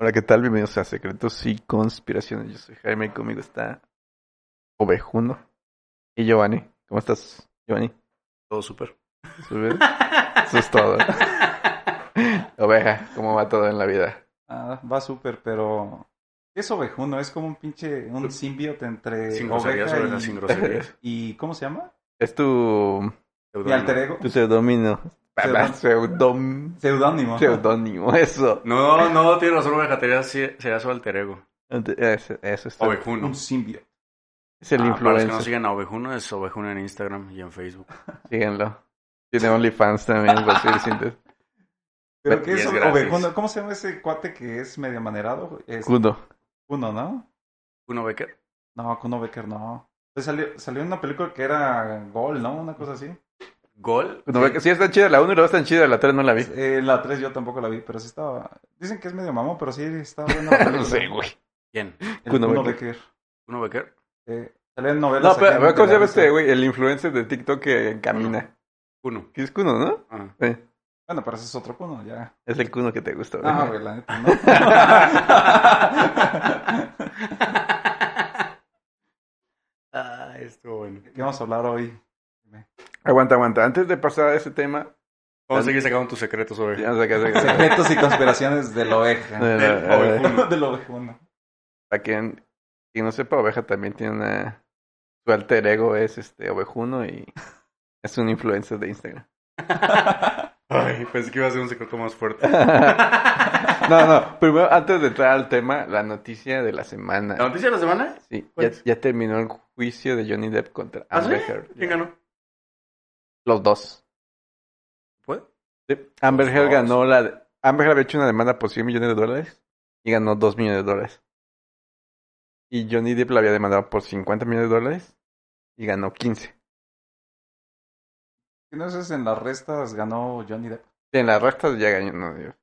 Hola, ¿qué tal? Bienvenidos a Secretos y Conspiraciones. Yo soy Jaime y conmigo está Ovejuno y Giovanni. ¿Cómo estás, Giovanni? Todo súper. ¿Súper? Eso es todo. Oveja, ¿cómo va todo en la vida? Ah, va súper, pero es ovejuno, es como un pinche, un simbiote entre Sin groserías, Eh, oveja oveja, sin groserías. y, y ¿cómo se llama? Es tu, Mi alter ego. tu pseudónimo. Papá, pseudón- Seudónimo. Pseudónimo, eso. No, no, tiene razón, oveja, sería, sería su alter ego. Eso, eso está. Ovejuno. Un simbiote. Es el Ah, para los que no influencer. sigan a Ovejuno, es Ovejuno en Instagram y en Facebook. Síguenlo. Tiene OnlyFans también, por si le sientes. Pero que Y es, es gratis. ovejuno, ¿cómo se llama ese cuate que es medio manerado? Es Cudo. Cuno, ¿no? Uno Becker. No, Cuno Becker no. Pues salió, salió en una película que era Gol, ¿no? Una cosa así. Gol. Cudo, ve que Sí, está chida la 1 y la 2 están chidas, la 3 no la vi. Eh, la 3 yo tampoco la vi, pero sí estaba... Dicen que es medio mamón, pero sí estaba buena la película. No sé, güey. ¿Quién? El Kuno Kuno, Becker. Becker. Uno Becker. Eh, salió en novelas. No, pero aquí pero en ¿cómo se llama Televisa. este, güey? El influencer de TikTok que camina. Uno. ¿Qué es Kuno, no? Ah. Sí. Bueno, pero ese es otro Cuno, ya. Es el Kuno que te gusta, güey. Ah, güey, la neta, ¿no? Ah, esto bueno. ¿Qué vamos a hablar hoy? Aguanta, aguanta. Antes de pasar a ese tema, Vamos a seguir sacando tus secretos, oveja. ya sé qué hacer. Secretos y conspiraciones de la oveja. Del ovejuno. De la ovejuna. Para quien, quien no sepa, Oveja también tiene una. Su alter ego es este Ovejuno y es un influencer de Instagram. Ay, pensé que iba a ser un secreto más fuerte. No, no. Primero, antes de entrar al tema, la noticia de la semana. ¿La noticia de la semana? Sí, ¿Cuál ya, es? ya terminó el juicio de Johnny Depp contra Pues- ¿Ah, sí? Amber Heard. ¿Quién ganó? Los dos. ¿Puede? Sí, Amber Los Heard dos. ganó la... Amber Heard había hecho una demanda por 100 millones de dólares y ganó 2 millones de dólares. Y Johnny Depp la había demandado por 50 millones de dólares y ganó 15. Sí, Entonces en las restas ganó Johnny Depp. En las restas ya ganó. no, Dios.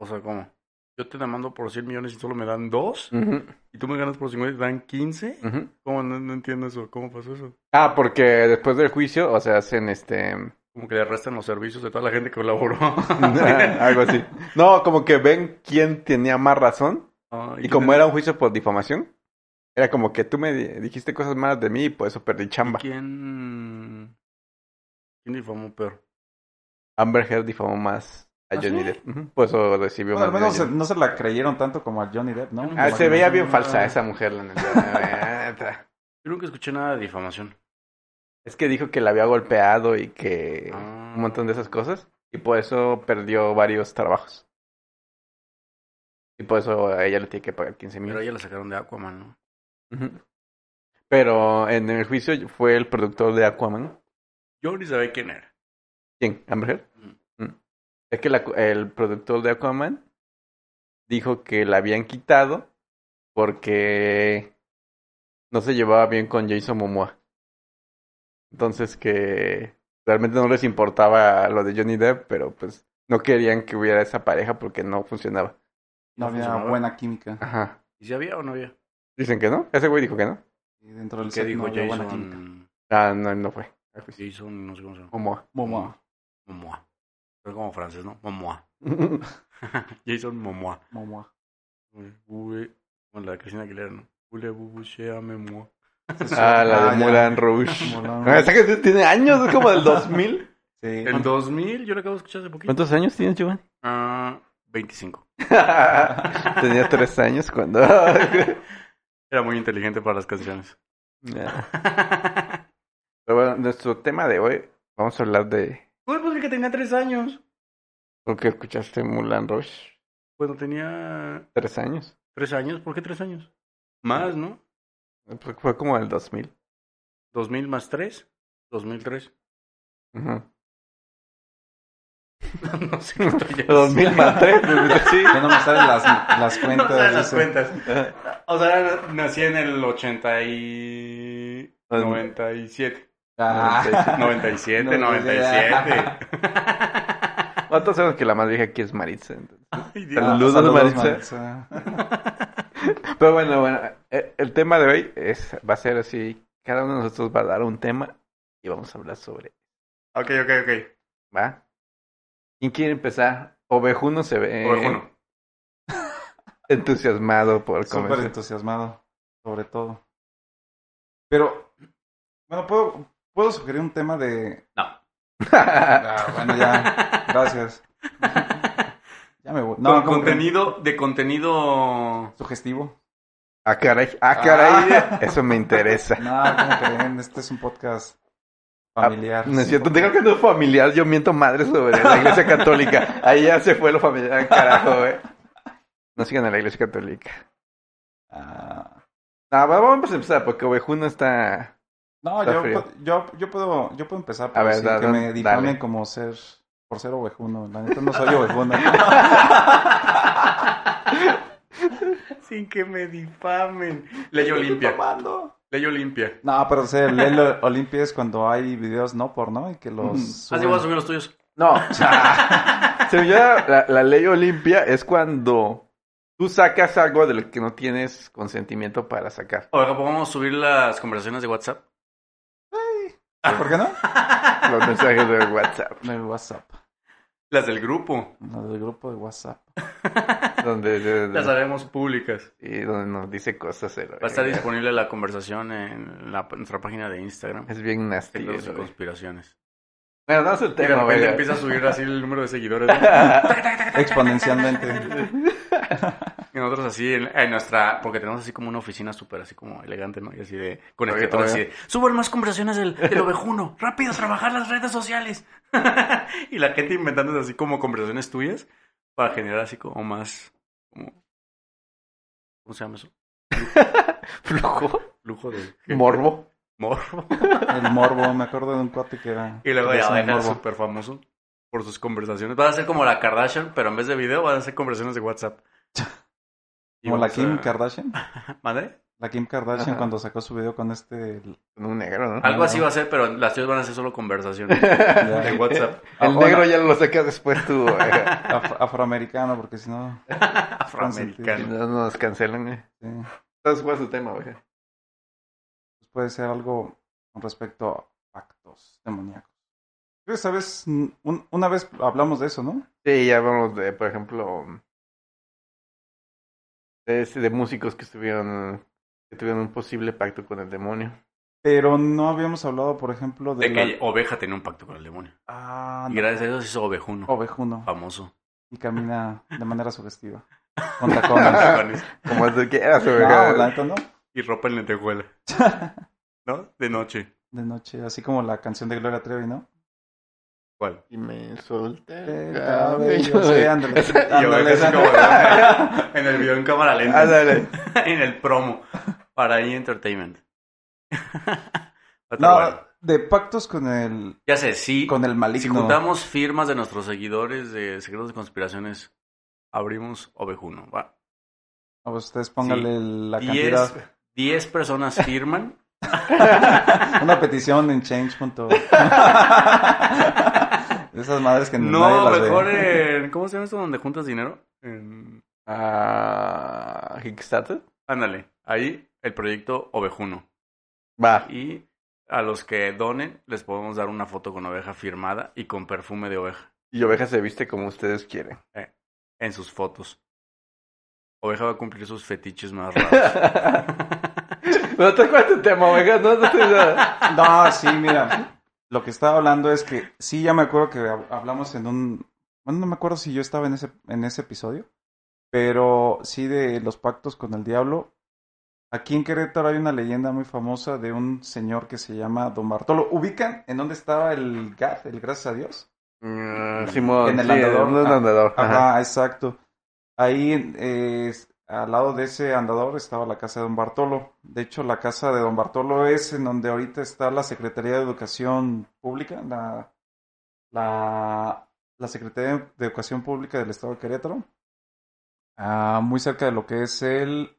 O sea, ¿cómo? Yo te demando por 100 millones y solo me dan dos. Ujú, ¿Y tú me ganas por 50 y te dan 15? ujú. ¿Cómo? No, no entiendo eso. ¿Cómo pasó eso? Ah, porque después del juicio, o sea, hacen este... Como que le restan los servicios de toda la gente que colaboró. algo así. No, como que ven quién tenía más razón Ah, Y como era un juicio por difamación, era como que tú me di- dijiste cosas malas de mí y por eso perdí ¿y chamba. ¿Quién... ¿Quién difamó peor? Amber Heard difamó más a ¿Ah, Johnny sí? Depp. Ujú, Por eso recibió Bueno, al más. menos dinero. se- no se la creyeron tanto como al Johnny Depp, ¿no? Ah, Bueno, se veía bien no, falsa no. ¿eh? esa mujer, la neta, la neta. Yo nunca escuché nada de difamación. Es que dijo que la había golpeado y que Ah. Eh, un montón de esas cosas. Y por eso perdió varios trabajos. Y por eso a ella le tiene que pagar 15 mil. Pero a ella la sacaron de Aquaman, ¿no? Ujú. Pero en el juicio fue el productor de Aquaman. Yo ni sabía quién era. ¿Quién? ¿Amber Heard? Mm. Es que la- el productor de Aquaman dijo que la habían quitado porque no se llevaba bien con Jason Momoa. Entonces que realmente no les importaba lo de Johnny Depp, pero pues no querían que hubiera esa pareja porque no funcionaba. No había funcionaba. buena química. Ajá. ¿Y si había o no había? Dicen que no. Ese güey dijo que no. Y dentro del ¿Qué set dijo no había buena química. Jason? Ah, no, él no fue. Jason, no sé cómo se llama. Momoa. Momoa. Momoa. Pero como francés, ¿no? Momoa. Jason Momoa. Momoa. Uy, Como Pues, la de Cristina Aguilera, ¿no? Ule, bubuchea, memoa. ah, la de Ah, ya. Moulin Rouge. Ah, Moulin Rouge. Esa canción tiene años, es como del 2000. Sí. En 2000, yo la acabo de escuchar hace poquito. ¿Cuántos años tienes, Giovanni? Ah, 25. Tenía tres años cuando. Era muy inteligente para las canciones. Pero bueno, nuestro tema de hoy, vamos a hablar de Uy, pues que tenía 3 años. lo que escuchaste Mulan Rush. Cuando tenía Tres años. 3 años, ¿por qué 3 años? Más, ¿no? Pues Fue como en el 2000. 2000 más 3, 2003. Ujú. no sé qué estoy ya- 2000 más tres. pues, sí. Ya no me salen las, las No cuentas. sé las dice. cuentas. O sea, nací en el 80 y... 97. Ah. 97, No, pues, 97. ¿Cuántos años que la más vieja aquí es Maritza? entonces? Ay, Dios. Ah, Saludos, Maritza. Maritza. Pero bueno, bueno, eh, el tema de hoy es, va a ser así: cada uno de nosotros va a dar un tema y vamos a hablar sobre. Ok, ok, ok. Pues, ¿Va? ¿Quién quiere empezar? Ovejuno se ve. Ovejuno. entusiasmado por Súper comer. entusiasmado, sobre todo. Pero, bueno, ¿puedo, ¿puedo sugerir un tema de... No. Ah, bueno, ya, gracias. Ya me voy. No, Con como que- contenido, de contenido... Sugestivo. Ah, caray, ah, caray, eso me interesa. No, ¿cómo creen? Este es un podcast familiar. Ah, No es cierto, digo que no es familiar, yo miento madre sobre la iglesia católica. Ahí ya se fue lo familiar, carajo, eh. No sigan a la iglesia católica. Ah, No, va- vamos a empezar porque Ovejuno está... no, Está yo, frío. pu- yo, yo puedo, yo puedo empezar por A ver, decir da- que da- me difamen dale. como ser, por ser ovejuno. La neta no soy ovejuno. Sin que me difamen. Ley Olimpia. Tomando. Ley Olimpia. No, pero o sea, el Ley Olimpia es cuando hay videos no por no y que los Mm. Así suben. Ah, voy a subir los tuyos. No, según yo, la, la ley Olimpia es cuando tú sacas algo de lo que no tienes consentimiento para sacar. O pues, vamos a subir las conversaciones de WhatsApp. ¿Por qué no? Los mensajes de WhatsApp, En el WhatsApp, Las del grupo. en el grupo de WhatsApp. donde, de- de- Las haremos públicas. y donde nos dice cosas. el- Va a estar disponible la conversación en la- nuestra página de Instagram. Es bien nasty. Secretos y güey. conspiraciones. Bueno, no es el Y de tema, repente güey. empieza a subir así el número de seguidores. ¿no? Exponencialmente. Y nosotros así en, en nuestra... Porque tenemos así como una oficina súper así como elegante, ¿no? Y así de... Con el Oiga, todo oiga. así de... Suban más conversaciones del, del ovejuno. Rápido, trabajar las redes sociales. y la gente inventando así como conversaciones tuyas. Para generar así como más... Como, ¿Cómo se llama eso? Flujo, Lujo de... morbo. Morbo. El morbo, me acuerdo de un cuate que era. Y luego ya es va a un dejar morbo. súper famoso por sus conversaciones. Vas a ser como la Kardashian, pero en vez de video vas a hacer conversaciones de WhatsApp. Y Como la vamos Kim a- Kardashian. ¿Madre? La Kim Kardashian Ajá. cuando sacó su video con este. Un negro, ¿no? Algo así va a ser, pero las tuyas van a ser solo conversaciones de WhatsApp. El Ah, negro hola. ya lo sacas después tú, güey. af- afroamericano, porque si no. Si Afroamericano. no nos cancelan, güey. sí, Entonces, ¿cuál es tu tema, güey? pues puede ser algo con respecto a actos demoníacos. Creo que esa vez, un- una vez hablamos de eso, ¿no? Sí, ya hablamos de, por ejemplo, de, este- de músicos que estuvieron que tuvieron un posible pacto con el demonio. Pero no habíamos hablado, por ejemplo, de. De la- que Oveja tenía un pacto con el demonio. Ah, Y no. gracias a Dios hizo Ovejuno. Oh. Ovejuno. Famoso. Y camina de manera sugestiva. Con Ah, tacones. Como tú quieras, No, güey. la neta, ¿no? Y ropa en lentejuela. ¿No? De noche. De noche, así como la canción de Gloria Trevi, ¿no? ¿Cuál? Y me Ah, solté el El cabello. cabello, sí, ándale, Esa- Y Oveja ándale, así esa. como de- en el video en cámara lenta. Ándale. en el promo para E! Entertainment. Otro No, lugar. de pactos con el Ya sé, sí. con el si maligno. juntamos firmas de nuestros seguidores de Secretos de Conspiraciones, abrimos Ovejuno. ¿va? O ustedes pónganle la Diez, cantidad. diez personas firman. Una petición en change. punto- De esas madres que nadie No, las mejor ve. en... ¿Cómo se llama esto donde juntas dinero? En- Ah, Kickstarter. Ándale, ahí el proyecto Ovejuno. Va. Y a los que donen les podemos dar una foto con oveja firmada y con perfume de oveja. Y oveja se viste como ustedes quieren. en sus fotos. Oveja va a cumplir sus fetiches más raros. no te acuerdas tu tema, oveja. No, no, no, no. No, sí, mira. Lo que estaba hablando es que sí, ya me acuerdo que hab- hablamos en un. Bueno, no me acuerdo si yo estaba en ese, en ese episodio. Pero sí, de los pactos con el diablo. Aquí en Querétaro hay una leyenda muy famosa de un señor que se llama Don Bartolo. ¿Ubican en dónde estaba el GAT, el Gracias a Dios? Mm, Simón, En el sí, andador. en un Ah, andador, ajá. Ajá, exacto. Ahí, eh, es- al lado de ese andador estaba la casa de Don Bartolo. De hecho, la casa de Don Bartolo es en donde ahorita está la Secretaría de Educación Pública, la, la, la Secretaría de Educación Pública del Estado de Querétaro. Ah, muy cerca de lo que es el,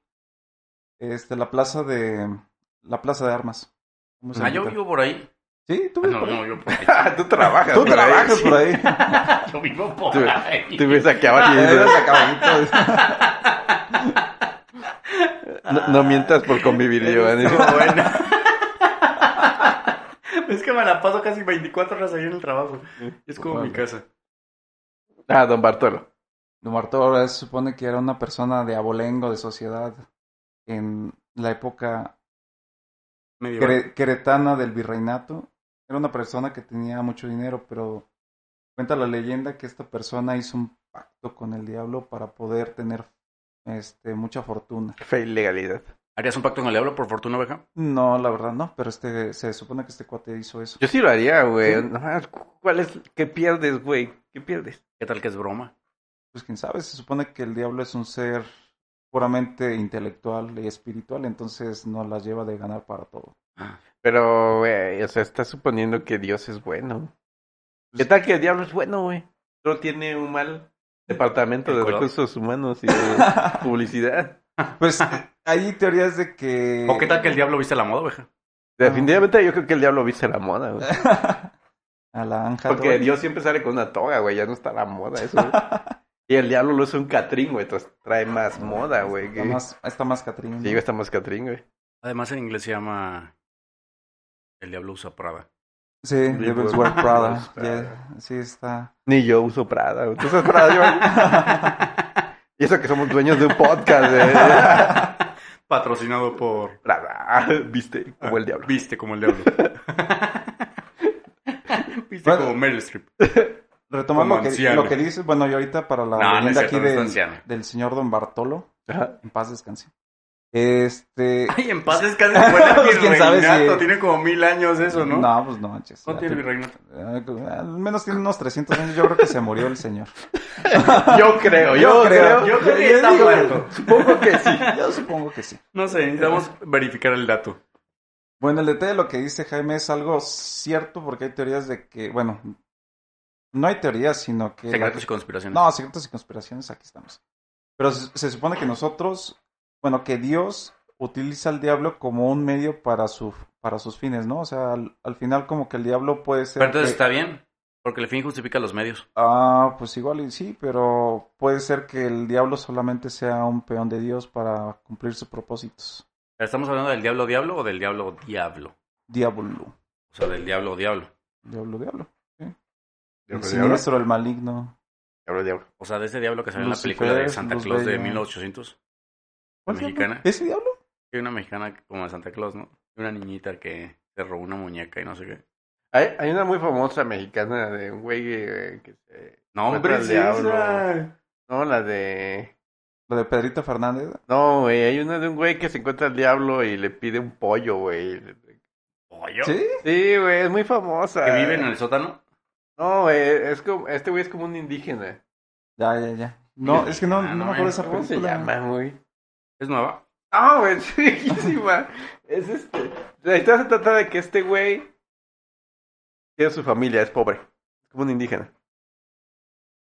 este, la plaza de, la plaza de armas. Muy Ah, yo cerquita. vivo por ahí. Sí, tú Ah, vives no, por ahí. no, yo por ahí. Tú trabajas. Tú por ahí. trabajas por ahí. Ah, Yo vivo por Tú- ahí. Tú ves aquí abajo. y dices, Eres a caballito. No, no mientas por convivir, Giovanni. Estuvo bueno. Es que me la paso casi 24 horas ahí en el trabajo. Es como mi Órale. casa. Ah, don Bartolo. Don Bartolo se supone que era una persona de abolengo, de sociedad, en la época Medieval. quere- queretana del virreinato. Era una persona que tenía mucho dinero, pero cuenta la leyenda que esta persona hizo un pacto con el diablo para poder tener este, mucha fortuna. Fe y legalidad. ¿Harías un pacto con el diablo por fortuna, oveja? No, la verdad no, pero este se supone que este cuate hizo eso. Yo sí lo haría, güey. Sí. No mames, ¿Cuál es? ¿Qué pierdes, güey? ¿Qué pierdes? ¿Qué tal que es broma? Pues quién sabe, se supone que el diablo es un ser puramente intelectual y espiritual, entonces nos las lleva de ganar para todo. Pero, güey, o sea, estás suponiendo que Dios es bueno. ¿Qué tal que el diablo es bueno, güey? Solo tiene un mal departamento El de color. recursos humanos y de publicidad. Pues hay teorías de que... ¿O qué tal que el diablo viste la moda, oveja? Ah, Definitivamente yo creo que el diablo viste la moda, güey. A la anja. Porque Dios siempre sale con una toga, güey. Ya no está la moda eso, güey. Y el diablo lo es un catrín, güey. Entonces trae más moda, güey. Ah, Está que- más, está más Catrín. Sí, güey, está más catrín, güey. Además, en inglés se llama El diablo usa Prada. Sí, Sí, Devil's pues, güey. Wear Prada. Devil's Prada. ya, sí, está. Ni yo uso Prada, güey. Tú usas Prada, yo- Y eso que somos dueños de un podcast, güey. Patrocinado por... Prada, viste, como el diablo. Ah, Viste como el diablo. Viste Bueno. como Meryl Streep. Retomando lo Como que, anciano. lo que dices, bueno, y ahorita para la No, no es leyenda cierto, aquí no es del- anciano. del señor Don Bartolo, Ajá. en paz descanse. Este... Ay, en paz es casi fuera Pues, quién sabe virreinato. si- Tiene como mil años eso, ¿no? No, pues no manches. ¿Cuánto ya tiene te- virreinato? Eh, Al menos tiene unos 300 años. Yo creo que se murió el señor. Yo creo, yo, Yo creo. creo. Yo creo que yo está digo- muerto. Supongo que sí. Yo supongo que sí. No sé, necesitamos verificar el dato. Bueno, el detalle de lo que dice Jaime es algo cierto porque hay teorías de que, bueno, no hay teorías, sino que... la- Secretos y conspiraciones. No, secretos y conspiraciones, aquí estamos. Pero se, se supone que nosotros, bueno, que Dios utiliza al diablo como un medio para, su, para sus fines, ¿no? O sea, al, al final como que el diablo puede ser... Pero entonces que- está bien, porque el fin justifica los medios. Ah, pues igual y sí, pero puede ser que el diablo solamente sea un peón de Dios para cumplir sus propósitos. Pero ¿Estamos hablando del diablo diablo o del diablo diablo? Diablo, O sea, del diablo diablo. diablo, diablo. El Diablo, diablo, siniestro, el maligno. diablo, diablo. O sea, de ese diablo que salió en la Lucifer, película de Santa Luz Claus de Bella. 1800. ¿Cuál diablo? Mexicana. ¿Ese diablo? Hay una mexicana como de Santa Claus, ¿no? Y Una niñita que se robó una muñeca y no sé qué. Hay, hay una muy famosa mexicana de un güey eh, que se... No, Hombre, hombre, el diablo. No, la de... Lo de Pedrito Fernández. No, güey, hay una de un güey que se encuentra al diablo y le pide un pollo, güey. pollo. ¿Sí? Sí, güey, es muy famosa. Que vive en el sótano. No, güey, es como... este güey es como un indígena. Ya, ya, ya. No, es que no, Ah, no no, me acuerdo de ¿eh? esa ¿Cómo se película. llama, güey? Es nueva. No, güey, es viejísima. Es este. La historia se trata de que este güey tiene su familia, es pobre. Es como un indígena.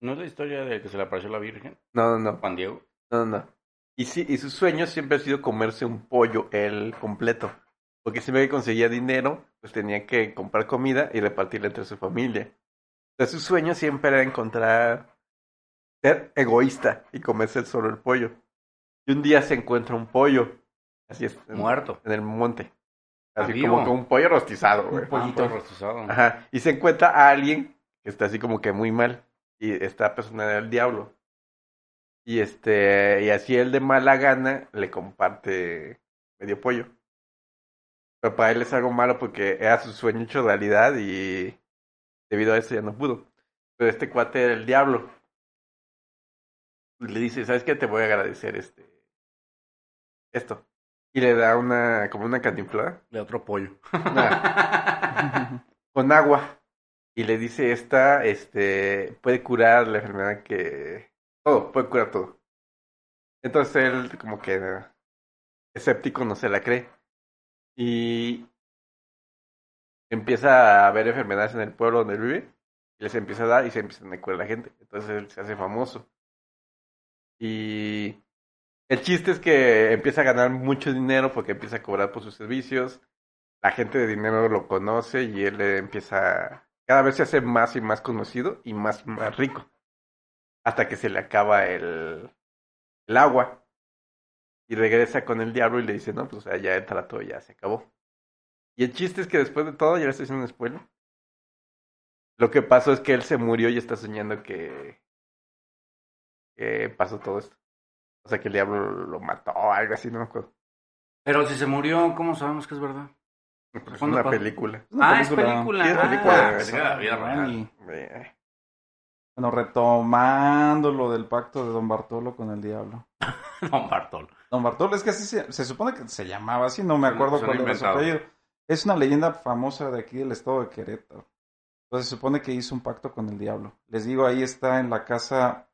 ¿No es la historia de que se le apareció la Virgen? No, no, no, Juan Diego. no, no. Y, sí, y su sueño siempre ha sido comerse un pollo él completo. Porque siempre que conseguía dinero, pues tenía que comprar comida y repartirla entre su familia. Entonces su sueño siempre era encontrar, ser egoísta y comerse solo el pollo. Y un día se encuentra un pollo. Así es. Muerto. en el monte. Ah, Así vivo. como con un pollo rostizado, güey. pues. Un pollito. Ah, pollo rostizado. Ajá. Y se encuentra a alguien que está así como que muy mal. Y esta persona era el diablo. Y este, y así él de mala gana le comparte medio pollo. Pero para él es algo malo porque era su sueño hecho realidad y debido a eso ya no pudo. Pero este cuate era el diablo. Y le dice, ¿sabes qué? Te voy a agradecer este esto. Y le da una, como una cantinflada. De otro pollo. Una- con agua y le dice esta, este, puede curar la enfermedad que... Todo, puede curar todo. Entonces él como que eh, escéptico no se la cree. Y empieza a haber enfermedades en el pueblo donde él vive. Y les empieza a dar y se empiezan a curar la gente. Entonces él se hace famoso. Y el chiste es que empieza a ganar mucho dinero porque empieza a cobrar por sus servicios la gente de dinero lo conoce y él eh, empieza, cada vez se hace más y más conocido y más y más rico. Hasta que se le acaba el, el agua. Y regresa con el diablo y le dice, no, pues o sea, ya el trato ya se acabó. Y el chiste es que después de todo, ya le estoy haciendo un spoiler. Lo que pasó es que él se murió y está soñando que, que pasó todo esto. O sea, que el diablo lo mató o algo así, no me acuerdo. Pero si se murió, ¿cómo sabemos que es verdad? Pero Es ¿Cuándo una pasó? película. una ah, es película. Sí, es Ah, película. pensé que era vida real. Y, Eh, bueno, retomando lo del pacto de Don Bartolo con el diablo. Don Bartol. Don Bartolo, es que así se, se supone que se llamaba así, no me acuerdo Se lo cuál era su inventaron. apellido. Es una leyenda famosa de aquí del estado de Querétaro. Entonces se supone que hizo un pacto con el diablo. Les digo, ahí está en la casa,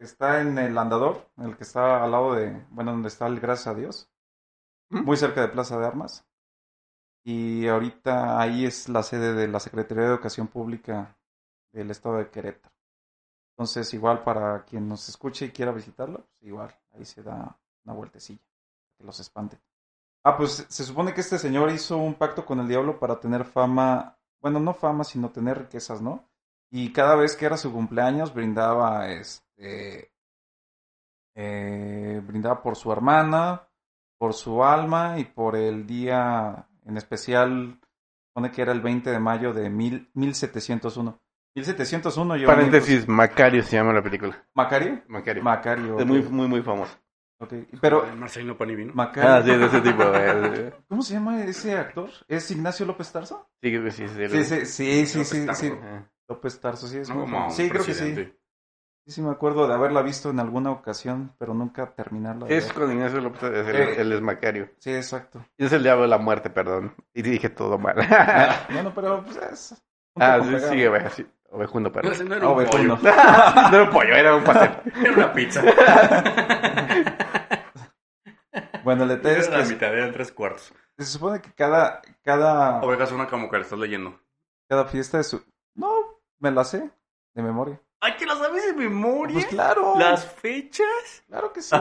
está en el andador, en el que está al lado de, bueno, donde está el Gracias a Dios, ¿Mm? muy cerca de Plaza de Armas. Y ahorita ahí es la sede de la Secretaría de Educación Pública del estado de Querétaro. Entonces, igual para quien nos escuche y quiera visitarlo, pues igual, ahí se da una vueltecilla, que los espante. Ah, pues se supone que este señor hizo un pacto con el diablo para tener fama, bueno, no fama, sino tener riquezas, ¿no? Y cada vez que era su cumpleaños brindaba, este, eh, brindaba por su hermana, por su alma y por el día en especial, se supone que era el 20 de mayo de mil, 1701. 1701 yo... Paréntesis, Macario se llama la película. Macario. Macario. Macario. Es muy, ok, muy, muy famoso. ok. Pero Marcelino Panivino. Macario. Ah, sí, de ese tipo. eh, ¿Cómo se llama ese actor? ¿Es Ignacio López Tarso? sí, sí, sí, Ah, sí, Sí, sí, sí, López sí, sí, Tarso. sí. Ajá. López Tarso, sí, es No, muy como famoso. un Sí, creo que sí. presidente. Sí, sí, me acuerdo de haberla visto en alguna ocasión, pero nunca terminarla. de Es ver. con Ignacio López, es el, Eh. él es Macario. Sí, exacto. Es el diablo de la muerte, perdón. Y dije todo mal. Ah. Bueno, pero pues es. junto ah, con sí, pegado. sí, güey, sí. Ovejundo, perdón. No era Ah, un bueno, pollo, no. No era un pollo, era un pastel. era una pizza. Bueno, el detalle es Era la que mitad, eran tres cuartos. se supone que cada, cada, Ovejas una como que la estás leyendo. cada fiesta de su. No, me la sé de memoria. ¡Ay, te las sabes de memoria! Pues claro, ¿Las fechas? claro que sí.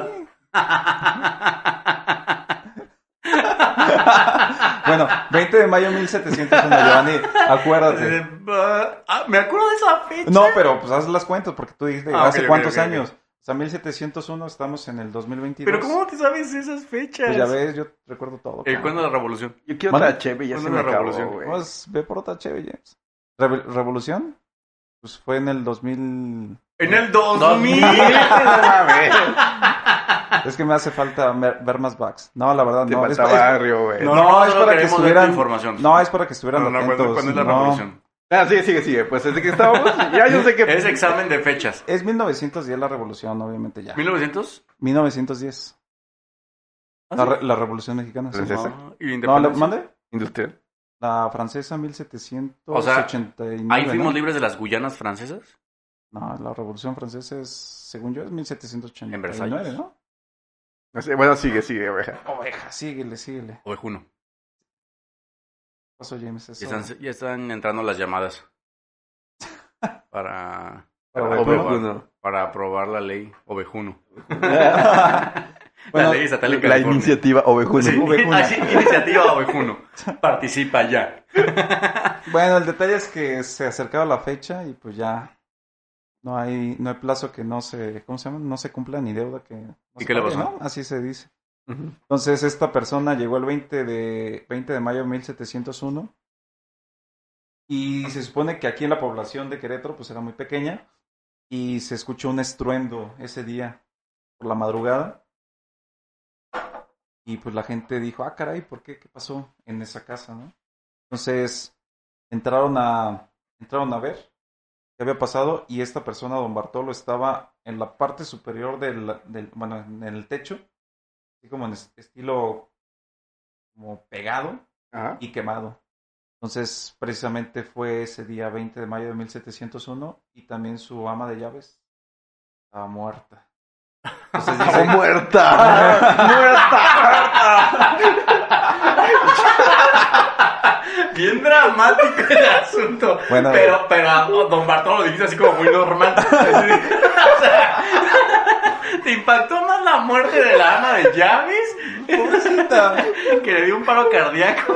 Bueno, 20 de mayo 1701, Giovanni, acuérdate. Eh, ah, ah, me acuerdo de esa fecha. No, pero pues haz las cuentas, porque tú dijiste, Ah, ok, ¿hace ok, cuántos ok, ok. años? O sea, 1701, estamos en el 2022. ¿Pero cómo te sabes esas fechas? Pues ya ves, yo recuerdo todo. Eh, cabrón. ¿Cuándo la revolución? Yo quiero Mande. otra cheve y ya se Mande me una acabó, revolución. güey. Pues ve por otra chévere, James. Revo- ¿Revolución? Pues fue en el 2000... ¡En el 2000! Ah. Es que me hace falta ver ver más backs. No, la verdad, Te no. Es, falta es- barrio, güey. no, No, es solo para que queremos ver tu estuvieran... información. No, es para que estuvieran Cuando la- atentos. ¿Cuándo es la no. revolución? Ah, sigue, sigue, sigue. Pues desde que estábamos, ya yo sé que... Es examen de fechas. Es 1910 la revolución, obviamente ya. ¿1900? 1910. ¿Ah, La, sí? re- la revolución mexicana. sí. Francesa. Ah, ¿Y la No, ¿le independencia? mandé? Industrial. La francesa O sea, 1789. ¿Ahí ¿no? fuimos libres de las Guyanas francesas? No, la Revolución Francesa es, según yo, es En Versalles. 1789, ¿no? No sé, bueno, sigue, sigue, güey. Oveja, Ah, síguele, síguele. ¿Qué O de Juno. pasó, James? Eso- Ya están, ya están entrando las llamadas. Para, Pero Ovejuno. bueno, para aprobar la ley Ovejuno. Bueno, la ley estatal en La California. iniciativa Pues Ovejuno. Sí, Ovejuno. así, iniciativa Ovejuno. Participa ya. bueno, el detalle es que se acercaba la fecha y pues ya no hay no hay plazo que no se, ¿cómo se llama? No se cumpla ni deuda que... no ¿Y se qué le pague, pasó? ¿no? Así se dice. Ujú. Entonces esta persona llegó el 20 de, 20 de mayo de 1701 y se supone que aquí en la población de Querétaro pues era muy pequeña y se escuchó un estruendo ese día por la madrugada y pues la gente dijo, ah caray, ¿por qué? ¿Qué pasó en esa casa? ¿no? Entonces entraron a, entraron a ver qué había pasado y esta persona, don Bartolo, estaba en la parte superior del, del bueno, en el techo así como en es- estilo como pegado Ajá. y quemado. Entonces, precisamente fue ese día 20 de mayo de 1701 y también su ama de llaves estaba muerta. Entonces ¡Está dice, muerta! Bien dramático el asunto. Bueno. eh. pero, pero a Don Bartolo lo dijiste así como muy normal. Así de- o sea, ¿Te impactó más la muerte de la ama de llaves? pobrecita. Que le dio un paro cardíaco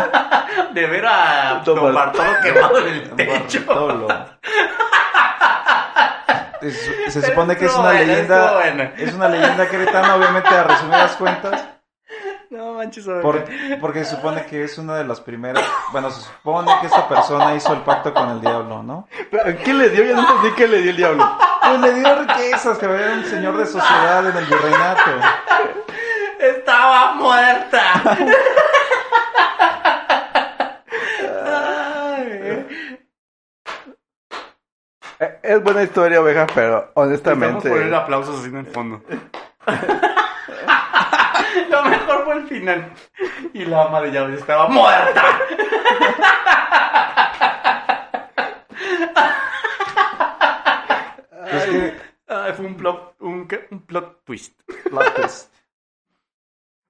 de ver a Don Don Bartolo quemado en el techo. Bartolo. Es- Se supone que es una Estuvo buena, estuvo leyenda. buena. Es una leyenda queretana, obviamente, a resumidas cuentas. No manches, Oveja. Por- porque se supone que es una de las primeras. Bueno, se supone que esta persona hizo el pacto con el diablo, ¿no? Pero, ¿Qué le dio? Ya no entendí qué le dio el diablo. Pues le dio riquezas, que era un señor de sociedad en el virreinato. Estaba muerta. Ay. Eh, Es buena historia, oveja, pero Necesitamos honestamente. poner aplausos así en el fondo. Lo mejor fue el final. Y la ama de llaves estaba muerta. Es que. Ay, fue un plot, un, ¿qué? un plot twist. plot twist.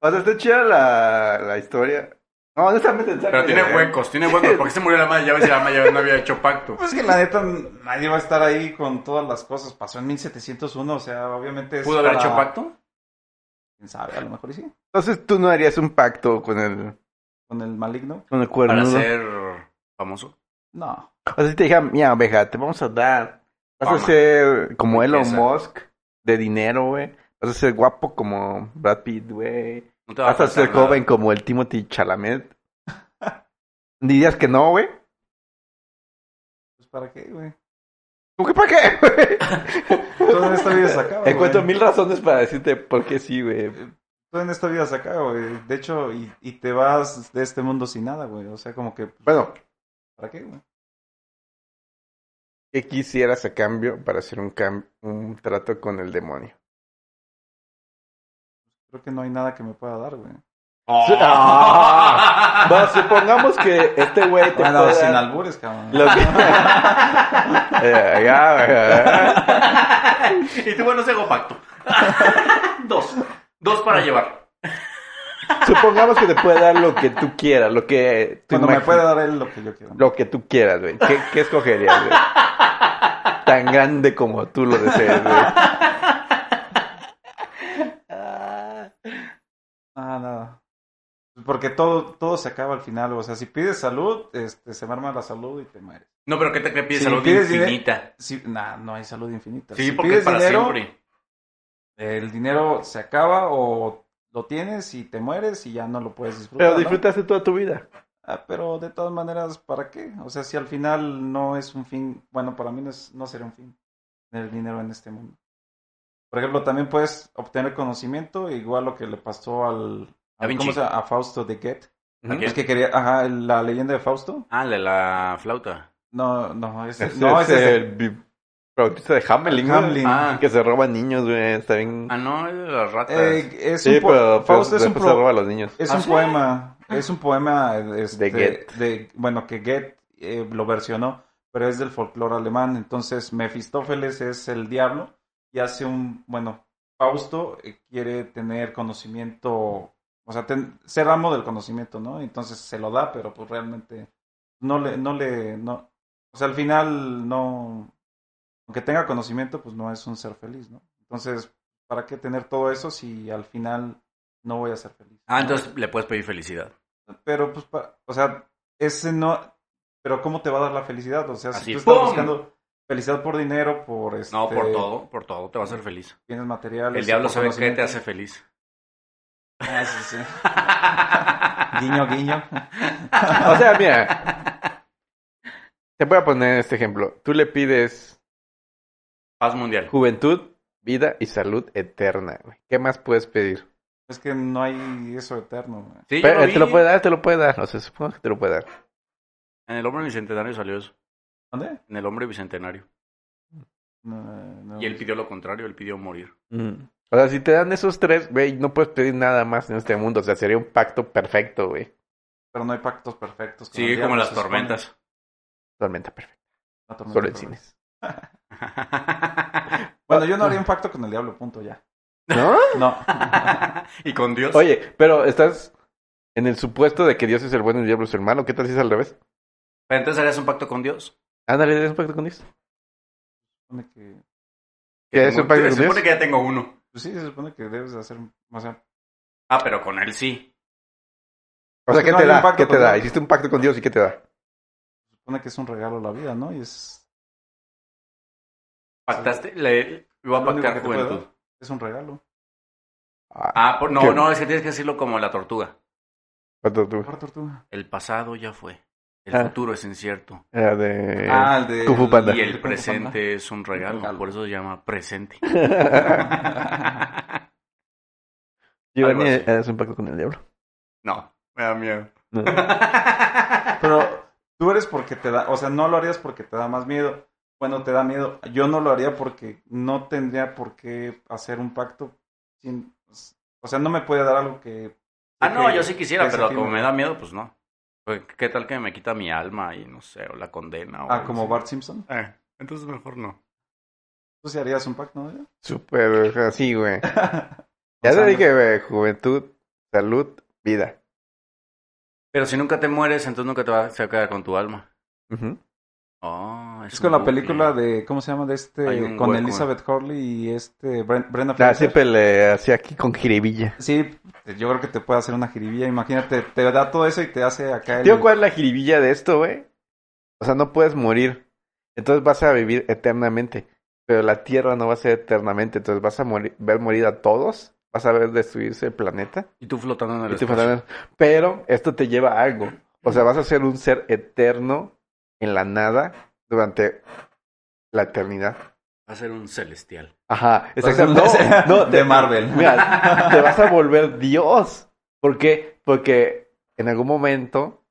O sea, está chida la, la historia. No, honestamente. está ¿eh? Pero tiene bien. huecos, tiene huecos. Porque se murió la ama de llaves y la ama de llaves no había hecho pacto. Pues que la neta, nadie va a estar ahí con todas las cosas. Pasó en 1701, o sea, obviamente. es ¿Pudo haber para- hecho pacto? Quién sabe, a lo mejor y sí. Entonces tú no harías un pacto con el, Con el maligno. con el Para cuernudo. ser famoso. No. O sea, si te dijeran, mira, oveja, te vamos a dar. Vas a Fama. ser como Elon Riqueza. Musk de dinero, güey. Vas a ser guapo como Brad Pitt, güey. No te va Vas a faltar ser nada. joven como el Timothy Chalamet. ¿Dirías que no, güey? Pues para qué, güey. ¿Cómo que para qué, güey? Todo en esta vida se acaba. güey. Encuentro mil razones para decirte por qué sí, güey. Todo en esta vida se acaba, güey. De hecho, y, y te vas de este mundo sin nada, güey. O sea, como que, pues, Bueno, ¿para qué, güey? ¿qué quisieras a cambio para hacer un, cam- un trato con el demonio? Creo que no hay nada que me pueda dar, güey. Ah. Bueno, supongamos que este güey te Bueno, puede sin dar albures, cabrón. lo que- Eh, ya, güey. y tú, bueno, se hago pacto. Dos. Dos para llevar. Supongamos que te puede dar lo que tú quieras, lo que tú Cuando me imagines. puede dar él lo que yo quiero. Lo que tú quieras, güey. ¿Qué, qué escogerías, güey? Tan grande como tú lo desees, güey. Ah, nada. Pues, Porque todo, todo se acaba al final, o sea, si pides salud, este, se me arma la salud y te mueres. No, pero ¿qué te qué pides? Si Salud pides dinero- infinita. Si, nah, no hay salud infinita. Sí, si porque es pides para dinero, siempre. el dinero se acaba o lo tienes y te mueres y ya no lo puedes disfrutar. Pero ¿no? disfrutaste toda tu vida. Ah, pero de todas maneras, ¿para qué? O sea, si al final no es un fin, bueno, para mí no, es, no sería un fin el dinero en este mundo. Por ejemplo, también puedes obtener conocimiento, igual lo que le pasó al, Da Vinci. ¿cómo se llama? a Fausto de Goethe. Ujú. Aquí Es que quería, ajá, la leyenda de Fausto. Ah, la, la flauta. No, no, ese, Ese no, es ese es el- el bi- producto de Hamelin, güey. Hamelin. Ah. Que se roban niños, güey. Está bien. Ah, no, es de las ratas. eh, es sí, un po- pero, pues, Fausto pero es después un, pro- se roba a los niños. es ¿Ah, un sí? poema, es un poema este, De Goethe. de- bueno, que Goethe eh, lo versionó, pero es del folclore alemán. Entonces, Mefistófeles es el diablo y hace un, bueno, Fausto eh, quiere tener conocimiento, o sea, ten- ser amo del conocimiento, ¿no? Entonces se lo da, pero pues realmente no le, no le, no, o sea, al final no, aunque tenga conocimiento, pues no es un ser feliz, ¿no? Entonces, ¿para qué tener todo eso si al final no voy a ser feliz? Ah, entonces le puedes pedir felicidad. Pero, pues, pa- o sea, ese no, pero ¿cómo te va a dar la felicidad? O sea, si Así, tú estás ¡pum! buscando felicidad por dinero, por este, No, por todo, por todo, te va a hacer feliz. bienes materiales. El diablo por sabe qué te conocimiento. hace feliz. Ah, sí, sí. Guiño, guiño. Ah, O sea, mira. Te voy a poner este ejemplo. Tú le pides Paz mundial. juventud, vida y salud eterna, güey. ¿Qué más puedes pedir? Es que no hay eso eterno. güey. Sí, yo Pero, lo eh, te lo vi. puede dar, te lo puede dar. O sea, supongo que te lo puede dar. En el hombre bicentenario salió eso. ¿Dónde? En el hombre bicentenario. No, no. Y él pidió lo contrario, él pidió morir. Mm. O sea, si te dan esos tres, güey, no puedes pedir nada más en este mundo. O sea, sería un pacto perfecto, güey. Pero no hay pactos perfectos. con Sí, el como diablo, las se supone. tormentas. Totalmente perfecto. La tormenta Solo en perfecta. cines. Bueno, yo no haría un pacto con el diablo, punto, ya. ¿No? No. y con Dios. Oye, pero estás en el supuesto de que Dios es el bueno y el diablo es el malo. ¿Qué tal si es al revés? Pero entonces harías un pacto con Dios. Ándale, haz un pacto con Dios. Supone que- ¿Qué es Como- un pacto se con Dios? supone que ya tengo uno. pues sí, se supone que debes de hacer... O sea, Ah, pero con él sí. O sea, ¿qué No, te hay un da? pacto ¿Qué te con da? Dios. Hiciste un pacto con Dios y ¿qué te da? se supone que es un regalo la vida, ¿no? Y es, Pactaste, le, le voy a Lo único pactar que te puedo juventud. es un regalo. Ah, Ah, por- no, ¿Qué? no, es que tienes que decirlo como la tortuga. la tortuga. ¿Cuál tortuga? El pasado ya fue. El Ah. futuro es incierto. Era de... ah, el de. Kung Fu Panda. Y ¿De el Kung Fu Panda. presente es un regalo, Regalo. por eso se llama presente. Giovanni algo así. hace un pacto con el diablo. no, me da miedo. No. Pero tú eres porque te da. O sea, no lo harías porque te da más miedo. Bueno, te da miedo. Yo no lo haría porque no tendría por qué hacer un pacto. sin- o sea, no me puede dar algo que. ah, no, que- yo sí quisiera, que pero se como tiene. me da miedo, pues no. Pues, ¿Qué tal que me quita mi alma y no sé, o la condena? O Ah, algo como así? Bart Simpson. Eh, entonces mejor no. Tú sí harías un pacto, ¿no? Súper así, güey. O Ya sea, te no- dije, güey, juventud, salud, vida. Pero si nunca te mueres, entonces nunca te vas a quedar con tu alma. Ujú. Oh, Es con la película de, ¿cómo se llama? De Hay este, un con hueco. Elizabeth Hurley y este, Bren- Brenda Ah, Fraser. siempre le hacía aquí con jiribilla. Sí, yo creo que te puede hacer una jiribilla. Imagínate, te da todo eso y te hace acá el... Tío, ¿cuál es la jiribilla de esto, güey? O sea, no puedes morir. Entonces vas a vivir eternamente. Pero la Tierra no va a ser eternamente. Entonces vas a morir- ver morir a todos. Vas a ver destruirse el planeta. Y tú flotando en el y te espacio. faltan- Pero esto te lleva a algo. O sea, vas a ser un ser eterno en la nada durante la eternidad. Va a ser un celestial. Ajá, Entonces, exactamente. No, no, no, de te- Marvel. Mira, te vas a volver Dios. ¿Por qué? Porque en algún momento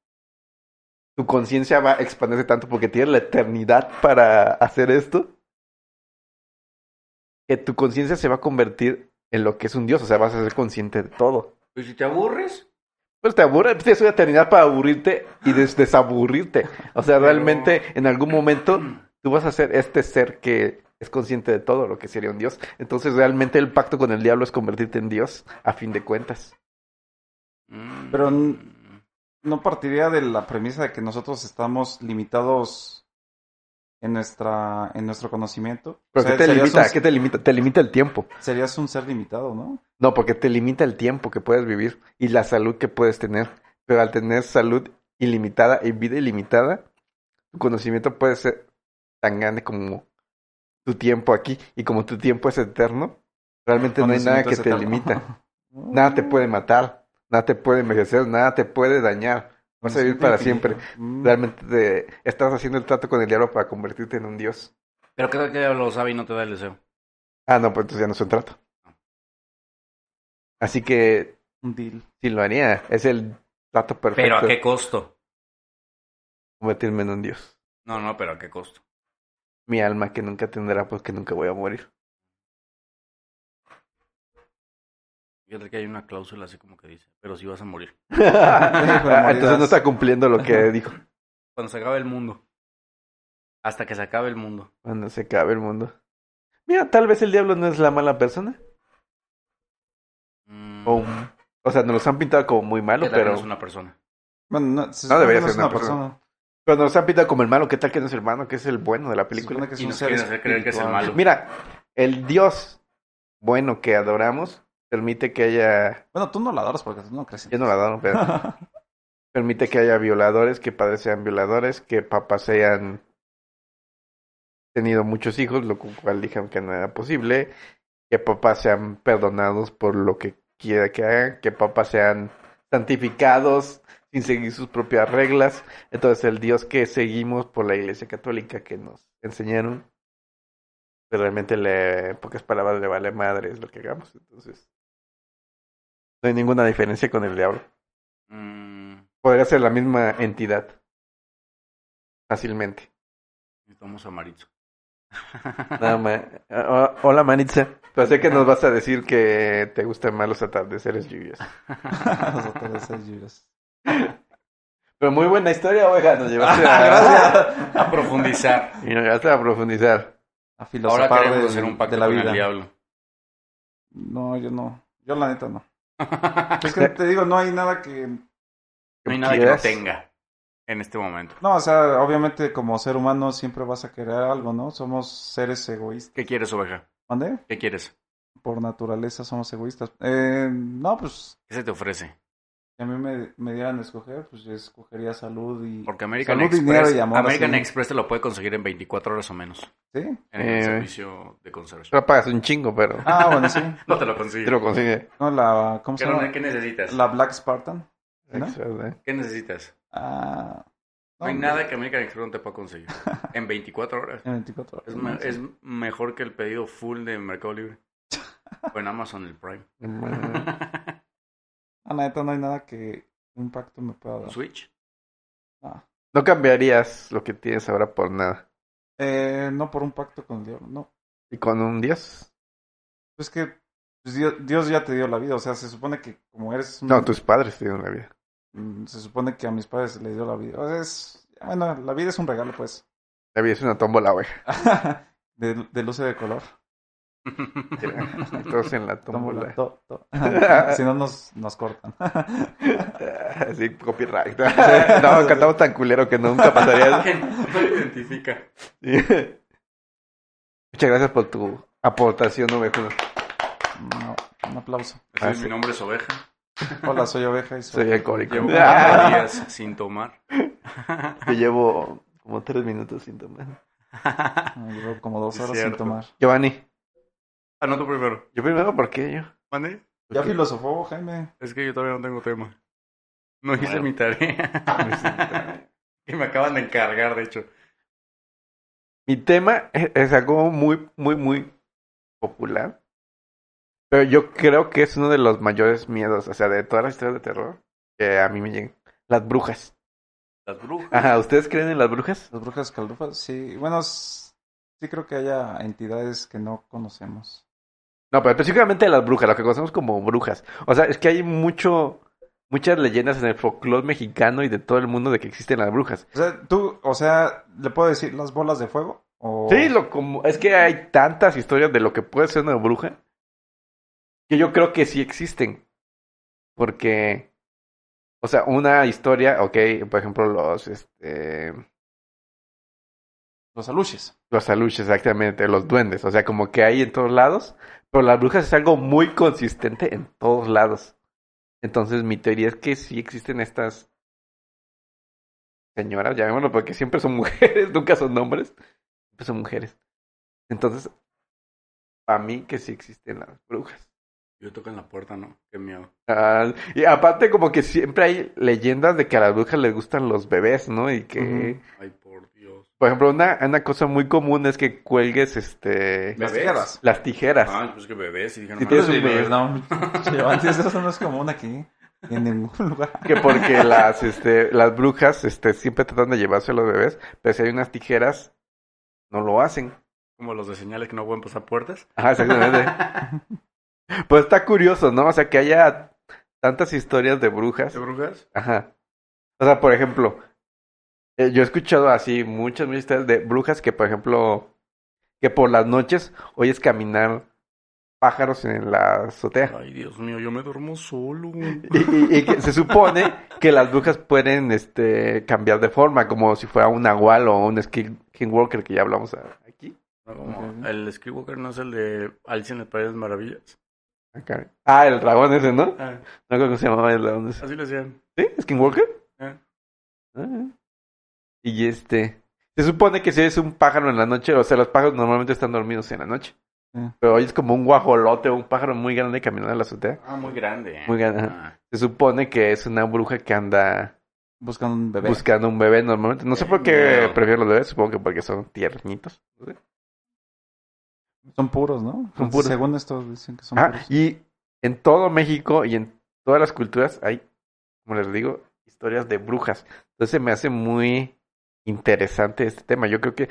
tu conciencia va a expandirse tanto porque tienes la eternidad para hacer esto. Que tu conciencia se va a convertir en lo que es un Dios. O sea, vas a ser consciente de todo. ¿Y si te aburres? Pues te aburre, pues es una eternidad para aburrirte y des- desaburrirte. O sea, realmente en algún momento tú vas a ser este ser que es consciente de todo lo que sería un dios. Entonces realmente el pacto con el diablo es convertirte en dios a fin de cuentas. Mm. Pero n- No partiría de la premisa de que nosotros estamos limitados en nuestra, en nuestro conocimiento. ¿Pero O sea, qué te serías limita? un- ¿Qué te limita? Te limita el tiempo. Serías un ser limitado, ¿no? No, porque te limita el tiempo que puedes vivir y la salud que puedes tener. Pero al tener salud ilimitada y vida ilimitada, tu conocimiento puede ser tan grande como tu tiempo aquí. Y como tu tiempo es eterno, realmente no hay nada que Conocimiento te es eterno. limita. Nada te puede matar, nada te puede envejecer, nada te puede dañar. Vas a vivir para Conocimiento siempre. infinito. Mm. Realmente te- estás haciendo el trato con el diablo para convertirte en un dios. Pero creo que lo sabe y no te da el deseo. Ah, no, pues entonces ya no es un trato. Así que Un deal. Sí, lo haría. Es el dato perfecto. ¿Pero a qué costo? Convertirme en un dios. No, no, pero ¿a qué costo? Mi alma que nunca tendrá, pues que nunca voy a morir. Fíjate que hay una cláusula así como que dice, pero si vas a morir. Ah, Entonces morirás. no está cumpliendo lo que dijo. Cuando se acabe el mundo. Hasta que se acabe el mundo. Cuando se acabe el mundo. Mira, tal vez el diablo no es la mala persona. Mm, Oh, O, un- o sea, nos los han pintado como muy malo, que también pero. es una persona. Bueno, no, se No supone debería ser que es una persona. Pero nos los han pintado como el malo. ¿Qué tal que no es el malo? Que es el bueno de la Se supone película. que es Y un nos ser quieren hacer creer que es el espiritual. malo. Mira, el dios bueno que adoramos permite que haya Bueno, tú no la adoras porque tú no crees. en Yo no la adoro, pero permite que haya violadores, que padres sean violadores, que papás hayan tenido muchos hijos, lo cu- cual dijeron que no era posible, que papás sean perdonados por lo que quiera que hagan, que papás sean santificados sin seguir sus propias reglas. Entonces el Dios que seguimos por la Iglesia Católica que nos enseñaron, pues, realmente le, en pocas palabras le vale madre es lo que hagamos. Entonces no hay ninguna diferencia con el diablo Mm, podría ser la misma entidad. Fácilmente. necesitamos a Maritza. Nada más. Ah, ah, Hola, Manitza. Pensé que nos vas a decir que te gustan más los atardeceres lluviosos. Los atardeceres lluvias. Pero muy buena historia, oiga. Nos llevaste a, Ah, Gracias. a profundizar. Y nos llevaste a profundizar. A Ahora filosofar queremos del- hacer un pacto de la con vida. el diablo. No, yo no. Yo la neta no. Es que te digo, no hay nada que... No hay nada que no ¿Quieres? tenga en este momento. No, o sea, obviamente como ser humano siempre vas a querer algo, ¿no? Somos seres egoístas. ¿Qué quieres, oveja? ¿Mande? ¿Qué quieres? Por naturaleza somos egoístas. Eh, no, pues ¿Qué se te ofrece? Si a mí me, me dieran a escoger, pues yo escogería salud y... Porque American Salud, dinero Express, y amor, American así. Express te lo puede conseguir en 24 horas o menos. ¿Sí? En el Eh. servicio de conservación. Lo pagas un chingo, pero Ah, bueno, sí. No te lo consigue. te lo consigue. No, la... ¿Cómo ¿Qué, se llama? qué necesitas? La Black Spartan. ¿No? Exacto. ¿Qué necesitas? Ah... No hay hombre, nada que American Express no te pueda conseguir. En 24 horas. En 24 horas. Es, me- es mejor que el pedido full de Mercado Libre. O en Amazon el Prime. Ah, la neta, no hay nada que un impacto me pueda dar. Switch. Ah. No cambiarías lo que tienes ahora por nada. Eh, no por un pacto con Dios, no. ¿Y con un dios? Es que pues, Dios, Dios ya te dio la vida, o sea, se supone que como eres un- No, tus padres tienen la vida. Mm, Se supone que a mis padres se les dio la vida. O sea, es, bueno, la vida es un regalo, pues. La vida es una tómbola, güey. de, de luce de color. Todos en la Tómbola, tómbola. to- to. si no, nos, nos cortan. Así, copyright. No, cantamos tan culero que nunca pasaría. eso. No lo identifica. Muchas gracias por tu aportación, Ovejuno. No, un aplauso. Así Ah, es, sí. Mi nombre es Oveja. Hola, soy oveja y soy. Soy alcohólico. Llevo cuatro Ah, días sin tomar. Yo llevo como tres minutos sin tomar. Ah, Llevo como dos Es horas sin cierto. tomar. Giovanni. Anoto primero. Yo primero, ¿por qué yo? ¿Mande? Ya filosofó, Jaime. Es que yo todavía no tengo tema. No hice Bueno. mi tarea. y me acaban de encargar, de hecho. Mi tema es, es algo muy, muy, muy popular. Pero yo creo que es uno de los mayores miedos, o sea, de todas las historias de terror que a mí me llegan. Las brujas. Las brujas. Ajá, ¿ustedes creen en las brujas? Las brujas caldufas, sí. Bueno, s- sí creo que haya entidades que no conocemos. No, pero específicamente de las brujas, lo que conocemos como brujas. O sea, es que hay mucho, muchas leyendas en el folclore mexicano y de todo el mundo de que existen las brujas. O sea, tú, o sea, ¿le puedo decir las bolas de fuego? O... Sí, lo como, es que hay tantas historias de lo que puede ser una bruja que yo creo que sí existen. Porque, o sea, una historia, ok, por ejemplo, los, este, Los aluches. los aluches, exactamente, los duendes, o sea, como que hay en todos lados, pero las brujas es algo muy consistente en todos lados. Entonces, mi teoría es que sí existen estas señoras, llamémoslo, porque siempre son mujeres, nunca son hombres, siempre pues, son mujeres. Entonces, para mí que sí existen las brujas. Yo toco en la puerta, ¿no? Qué miedo. Ah, y aparte, como que siempre hay leyendas de que a las brujas les gustan los bebés, ¿no? Y que, Ujú. Ay, por Dios. por ejemplo, una, una cosa muy común es que cuelgues este ¿Bebés? Las tijeras. las tijeras. Ah, pues que bebés. Y dije, no, Si mames, tienes un sí, bebé. bebés, No, Giovanni, eso no es común aquí. En ningún lugar. que porque las este las brujas este siempre tratan de llevarse a los bebés, pero si hay unas tijeras no lo hacen. Como los de señales que no pueden pasar puertas. Ajá, exactamente. pues está curioso, ¿no? O sea, que haya tantas historias de brujas. ¿De brujas? Ajá. O sea, por ejemplo, eh, yo he escuchado así muchas muchas historias de brujas que, por ejemplo, que por las noches oyes caminar pájaros en la azotea. Ay, Dios mío, yo me duermo solo. Y, y- y que se supone que las brujas pueden este, cambiar de forma, como si fuera un nahual o un skin- skinwalker que ya hablamos a- aquí. Como el Skywalker no es el de Alice en las Paredes Maravillas. Acá. Ah, el dragón ese, ¿no? Ah, No creo que se llamaba el dragón ese. así lo decían. ¿Sí? ¿Skinwalker? Ah. Ah. Y este... Se supone que si eres un pájaro en la noche, o sea, los pájaros normalmente están dormidos en la noche. Ah. Pero hoy es como un guajolote, un pájaro muy grande caminando en la azotea. Ah, muy grande. Muy grande, Ah, Se supone que es una bruja que anda Buscan un bebé. buscando un bebé normalmente. No sé por qué Miedo. prefiero los bebés, supongo que porque son tiernitos. no sé. Son puros, ¿no? Son puros. Según estos dicen que son Ah, puros. y en todo México y en todas las culturas hay, como les digo, historias de brujas. Entonces me hace muy interesante este tema. Yo creo que,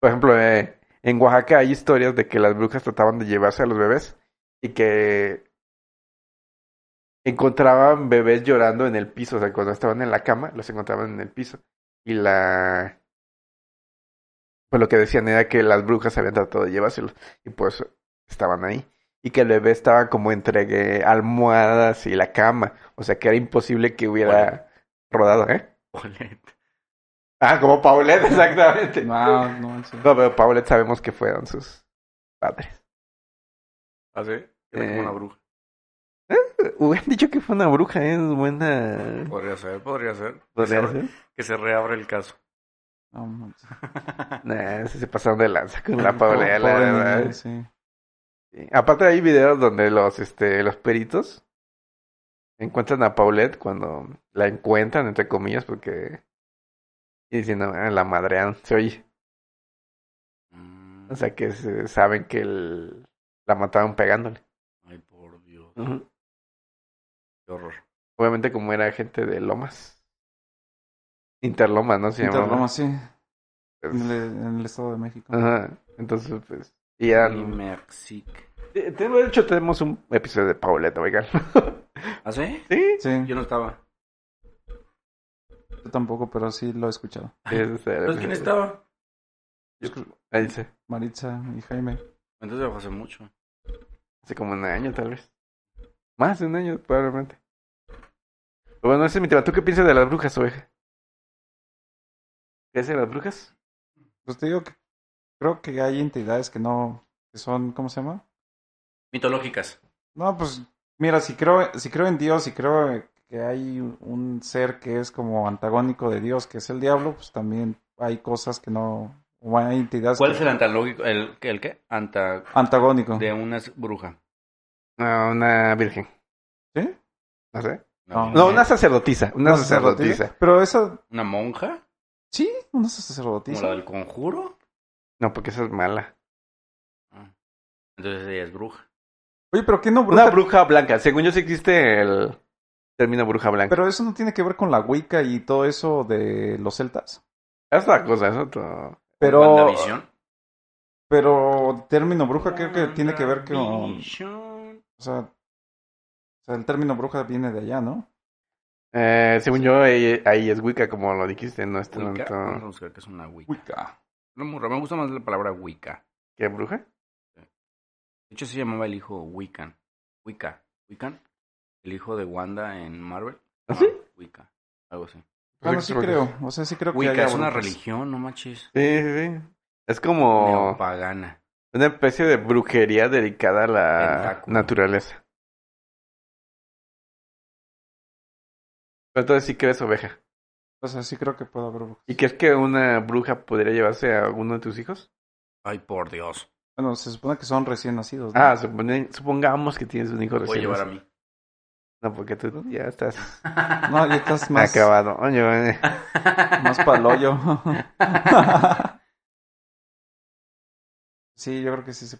por ejemplo, eh, en Oaxaca hay historias de que las brujas trataban de llevarse a los bebés y que encontraban bebés llorando en el piso. O sea, cuando estaban en la cama, los encontraban en el piso. Y la... Pues lo que decían era que las brujas habían tratado de llevárselos y pues estaban ahí y que el bebé estaba como entre eh, almohadas y la cama. O sea que era imposible que hubiera rodado, ¿eh? Paulette. Ah, como Paulette, exactamente. No, No, no manches. pero Paulette sabemos que fueron sus padres. ¿Ah, sí? Era Eh. como una bruja. hubieran dicho que fue una bruja, ¿eh? Es buena. Podría ser, podría ser. ¿Podría Que se- ser? Que se reabra el caso. No manches. Nah, Eh, sí se pasaron de lanza con la Paola, la Pobre verdad. niño, sí. Sí. Aparte hay videos donde los este los peritos encuentran a Paulette cuando la encuentran entre comillas porque y diciendo "Ah, la madrean se oye Mm. o sea que se- saben que el- la mataron pegándole Ay, por Dios. Ujú. Qué horror. obviamente como era gente de Lomas Interlomas no se llamaba Interloma, sí. Pues, En el, en el Estado de México. ajá. entonces pues y ya Y Mexic. de de hecho tenemos un episodio de Paulette oigan ¿Ah, sí? sí Sí, Yo no estaba. yo tampoco, pero sí lo he escuchado. es el Eh, ¿Sabes quién episodio. estaba? ahí dice Maritza y Jaime. Entonces fue hace mucho. Hace como un año, tal vez. Más de un año, probablemente. Pero bueno, ese es mi tema. ¿Tú qué piensas de las brujas, oveja? ¿Qué hacen las brujas? Pues te digo que creo que hay entidades que no, que son, ¿cómo se llama? Mitológicas. No, pues mira, si creo, si creo en Dios, si creo que hay un ser que es como antagónico de Dios, que es el diablo, pues también hay cosas que no, o hay entidades ¿Cuál que- es el antagónico? ¿El, el qué? Anta... antagónico. De una bruja. No, una virgen. ¿Sí? No sé. No. No, una sacerdotisa. Una, Una sacerdotisa. Pero esa, ¿Una monja? sí, ¿Como una sacerdotisa. la del conjuro? No, porque esa es mala. Ah. Entonces ella es bruja. Oye, pero ¿qué no Una bruja? bruja blanca. Según yo sí existe el término bruja blanca. Pero eso no tiene que ver con la Wicca y todo eso de los celtas. Es otra cosa, es otro... Pero, visión? pero término bruja creo que tiene que ver con, o sea, o sea, el término bruja viene de allá, ¿no? Eh, según yo, ahí, ahí es Wicca, como lo dijiste, no Este es Wicca. Vamos a tanto... buscar que es una wicca. Wicca. No, morra, me gusta más la palabra wicca. ¿Qué bruja? De hecho, se llamaba el hijo Wiccan. Wicca. Wiccan. El hijo de Wanda en Marvel. ¿Ah, sí? Wicca. Algo así. Pues Bueno, sí creo, o sea, sí creo que Wicca haya es una brujas. religión, no manches. Sí, sí, sí. Es como... Neopagana. Una especie de brujería dedicada a la Tentáculo. naturaleza. Pero entonces sí crees oveja. O sea, sí creo que puede haber brujas. ¿Y crees que una bruja podría llevarse a alguno de tus hijos? Ay, por Dios. Bueno, se supone que son recién nacidos, ¿no? Ah, supone- supongamos que tienes un hijo Voy a recién. llevar a nacido. mí. No, porque tú ya estás No, ya Ah, estás más, acabado. Oye, oye. más paloyo. sí, yo creo que sí se...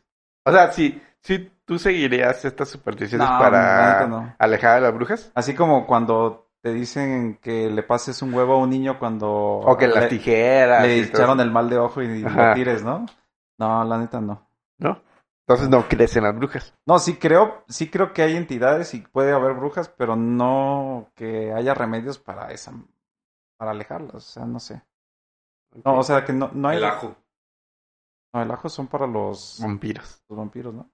O sea, si, si tú seguirías estas supersticiones No, la para neta no. alejar a las brujas. Así como cuando te dicen que le pases un huevo a un niño cuando... O que las le- tijeras. Le y todo echaron eso. el mal de ojo y Ajá. lo tires, ¿no? No, la neta no. ¿No? Entonces no crees en las brujas. No, sí creo, sí creo que hay entidades y puede haber brujas, pero no que haya remedios para esa, para alejarlas, o sea, no sé. No, o sea, que no, no hay... El ajo. No, el ajo son para los, Mm. Vampiros. los vampiros, ¿no?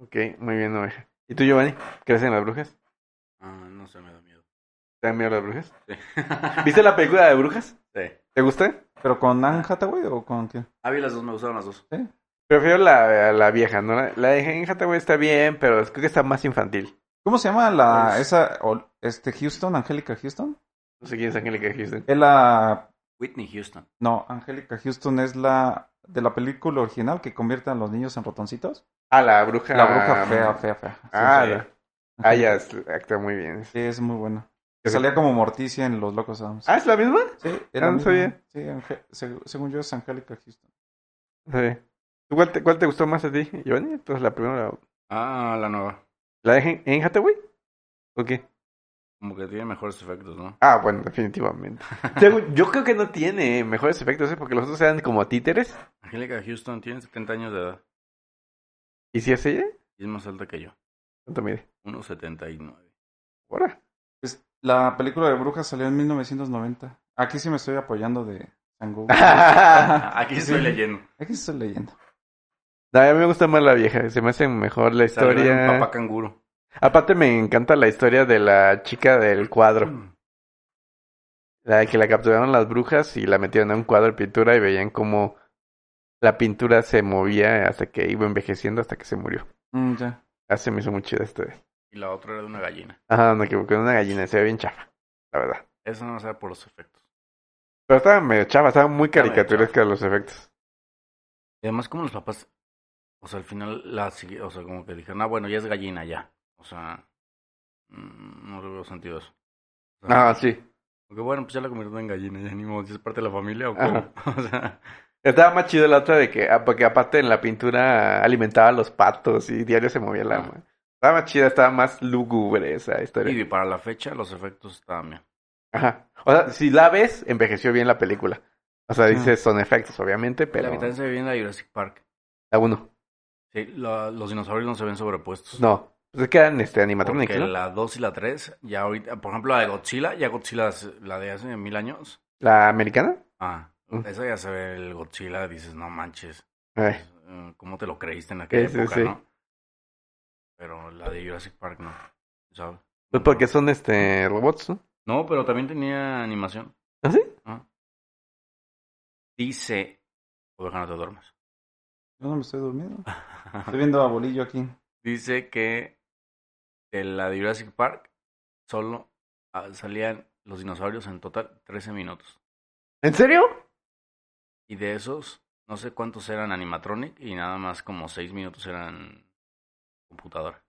Ok, muy bien, oveja. ¿Y tú, Giovanni? ¿Crees en las brujas? Ah, no sé, me da miedo. ¿Te dan miedo las brujas? Sí. ¿Viste la película de brujas? Sí. ¿Te gusta? ¿Pero con Anne Hathaway o con quién? A mí Ah, las dos me gustaron las dos. Prefiero la, la vieja, ¿no? La, la de Jane Hathaway está bien, pero creo que está más infantil. ¿Cómo se llama la, Pues- esa, o- este, Houston, Angélica Houston? No sé quién es Angélica Houston. Es la, Whitney Houston. no, Angélica Houston es la de la película original que convierte a los niños en ratoncitos. Ah, la bruja. La bruja fea, fea, fea. Sí, Ah, Sí, la- sí. ah, ya, es- actúa muy bien. Sí, es muy buena. Sí. Salía como Morticia en Los Locos Adams. Ah, ¿es la misma? Sí, ah, era no misma. sabía. Sí, Ange- seg- según yo es Angélica Houston. Sí. ¿Tú cuál te, cuál te gustó más a ti, Giovanni? Entonces la primera. ¿La, Ah, la nueva. la de Jane- Jane Hathaway? ¿O qué? Como que tiene mejores efectos, ¿no? Ah, bueno, definitivamente. Según- yo creo que no tiene mejores efectos, ¿eh? porque los otros eran como títeres. Angélica Houston tiene 70 años de edad. ¿Y si es ella? Y es más alta que yo. ¿Cuánto mide? 1,79. Ahora. Pues, la película de brujas salió en 1990. Aquí sí me estoy apoyando de Sangú. Aquí estoy Sí. leyendo. Aquí estoy leyendo. No, a mí me gusta más la vieja, se me hace mejor la Salió en historia. Papá canguro. Aparte me encanta la historia de la chica del cuadro, la de que la capturaron las brujas y la metieron en un cuadro de pintura y veían cómo la pintura se movía hasta que iba envejeciendo hasta que se murió. Mm, ya. Ah, se me hizo muy chida este. Y la otra era de una gallina. Ajá, me equivoqué, una gallina, se ve bien chafa, la verdad. Eso no sea por los efectos. Pero estaba medio chava, estaba muy Estaba medio caricaturesca los efectos. Y además, como los papás, o sea, al final, la, sigui- o sea, como que dijeron, ah, bueno, ya es gallina, ya. O sea, mm, no le veo sentido a eso. O sea, Ah, sí. Porque bueno, pues ya la convirtieron en gallina, ya ni modo, si es parte de la familia o Ajá. cómo. O sea, Estaba más chido la otra de que, ah, porque aparte en la pintura alimentaba a los patos y diario se movía la Ah. agua. Estaba más chida, estaba más lúgubre esa historia. y para la fecha los efectos estaban bien. Ajá. O sea, si la ves, envejeció bien la película. O sea, Sí. dices, son efectos, obviamente, Pero... pero... Ah. La habitación se ve bien en la Jurassic Park. La uno. Sí, la- los dinosaurios no se ven sobrepuestos. No. Pues es que eran este, animatronics, Porque ¿no? La... la 2 y la 3, ya ahorita, por ejemplo, la de Godzilla, ya Godzilla, se- la de hace mil años. americana? Ah, Mm. esa ya se ve el Godzilla, dices, no manches. Ay. eh, ¿Cómo te lo creíste en aquella Sí, sí, época, sí. no? Pero la de Jurassic Park no, ¿sabes? Pues porque son este robots, ¿no? No, pero también tenía animación. ¿Ah, sí? Ah. Dice... Oveja, no te duermas. Yo no me estoy durmiendo. Estoy viendo a Bolillo aquí. Dice que de la de Jurassic Park solo ah, salían los dinosaurios en total 13 minutos. ¿En serio? Y de esos, no sé cuántos eran animatronic y nada más como 6 minutos eran computadora.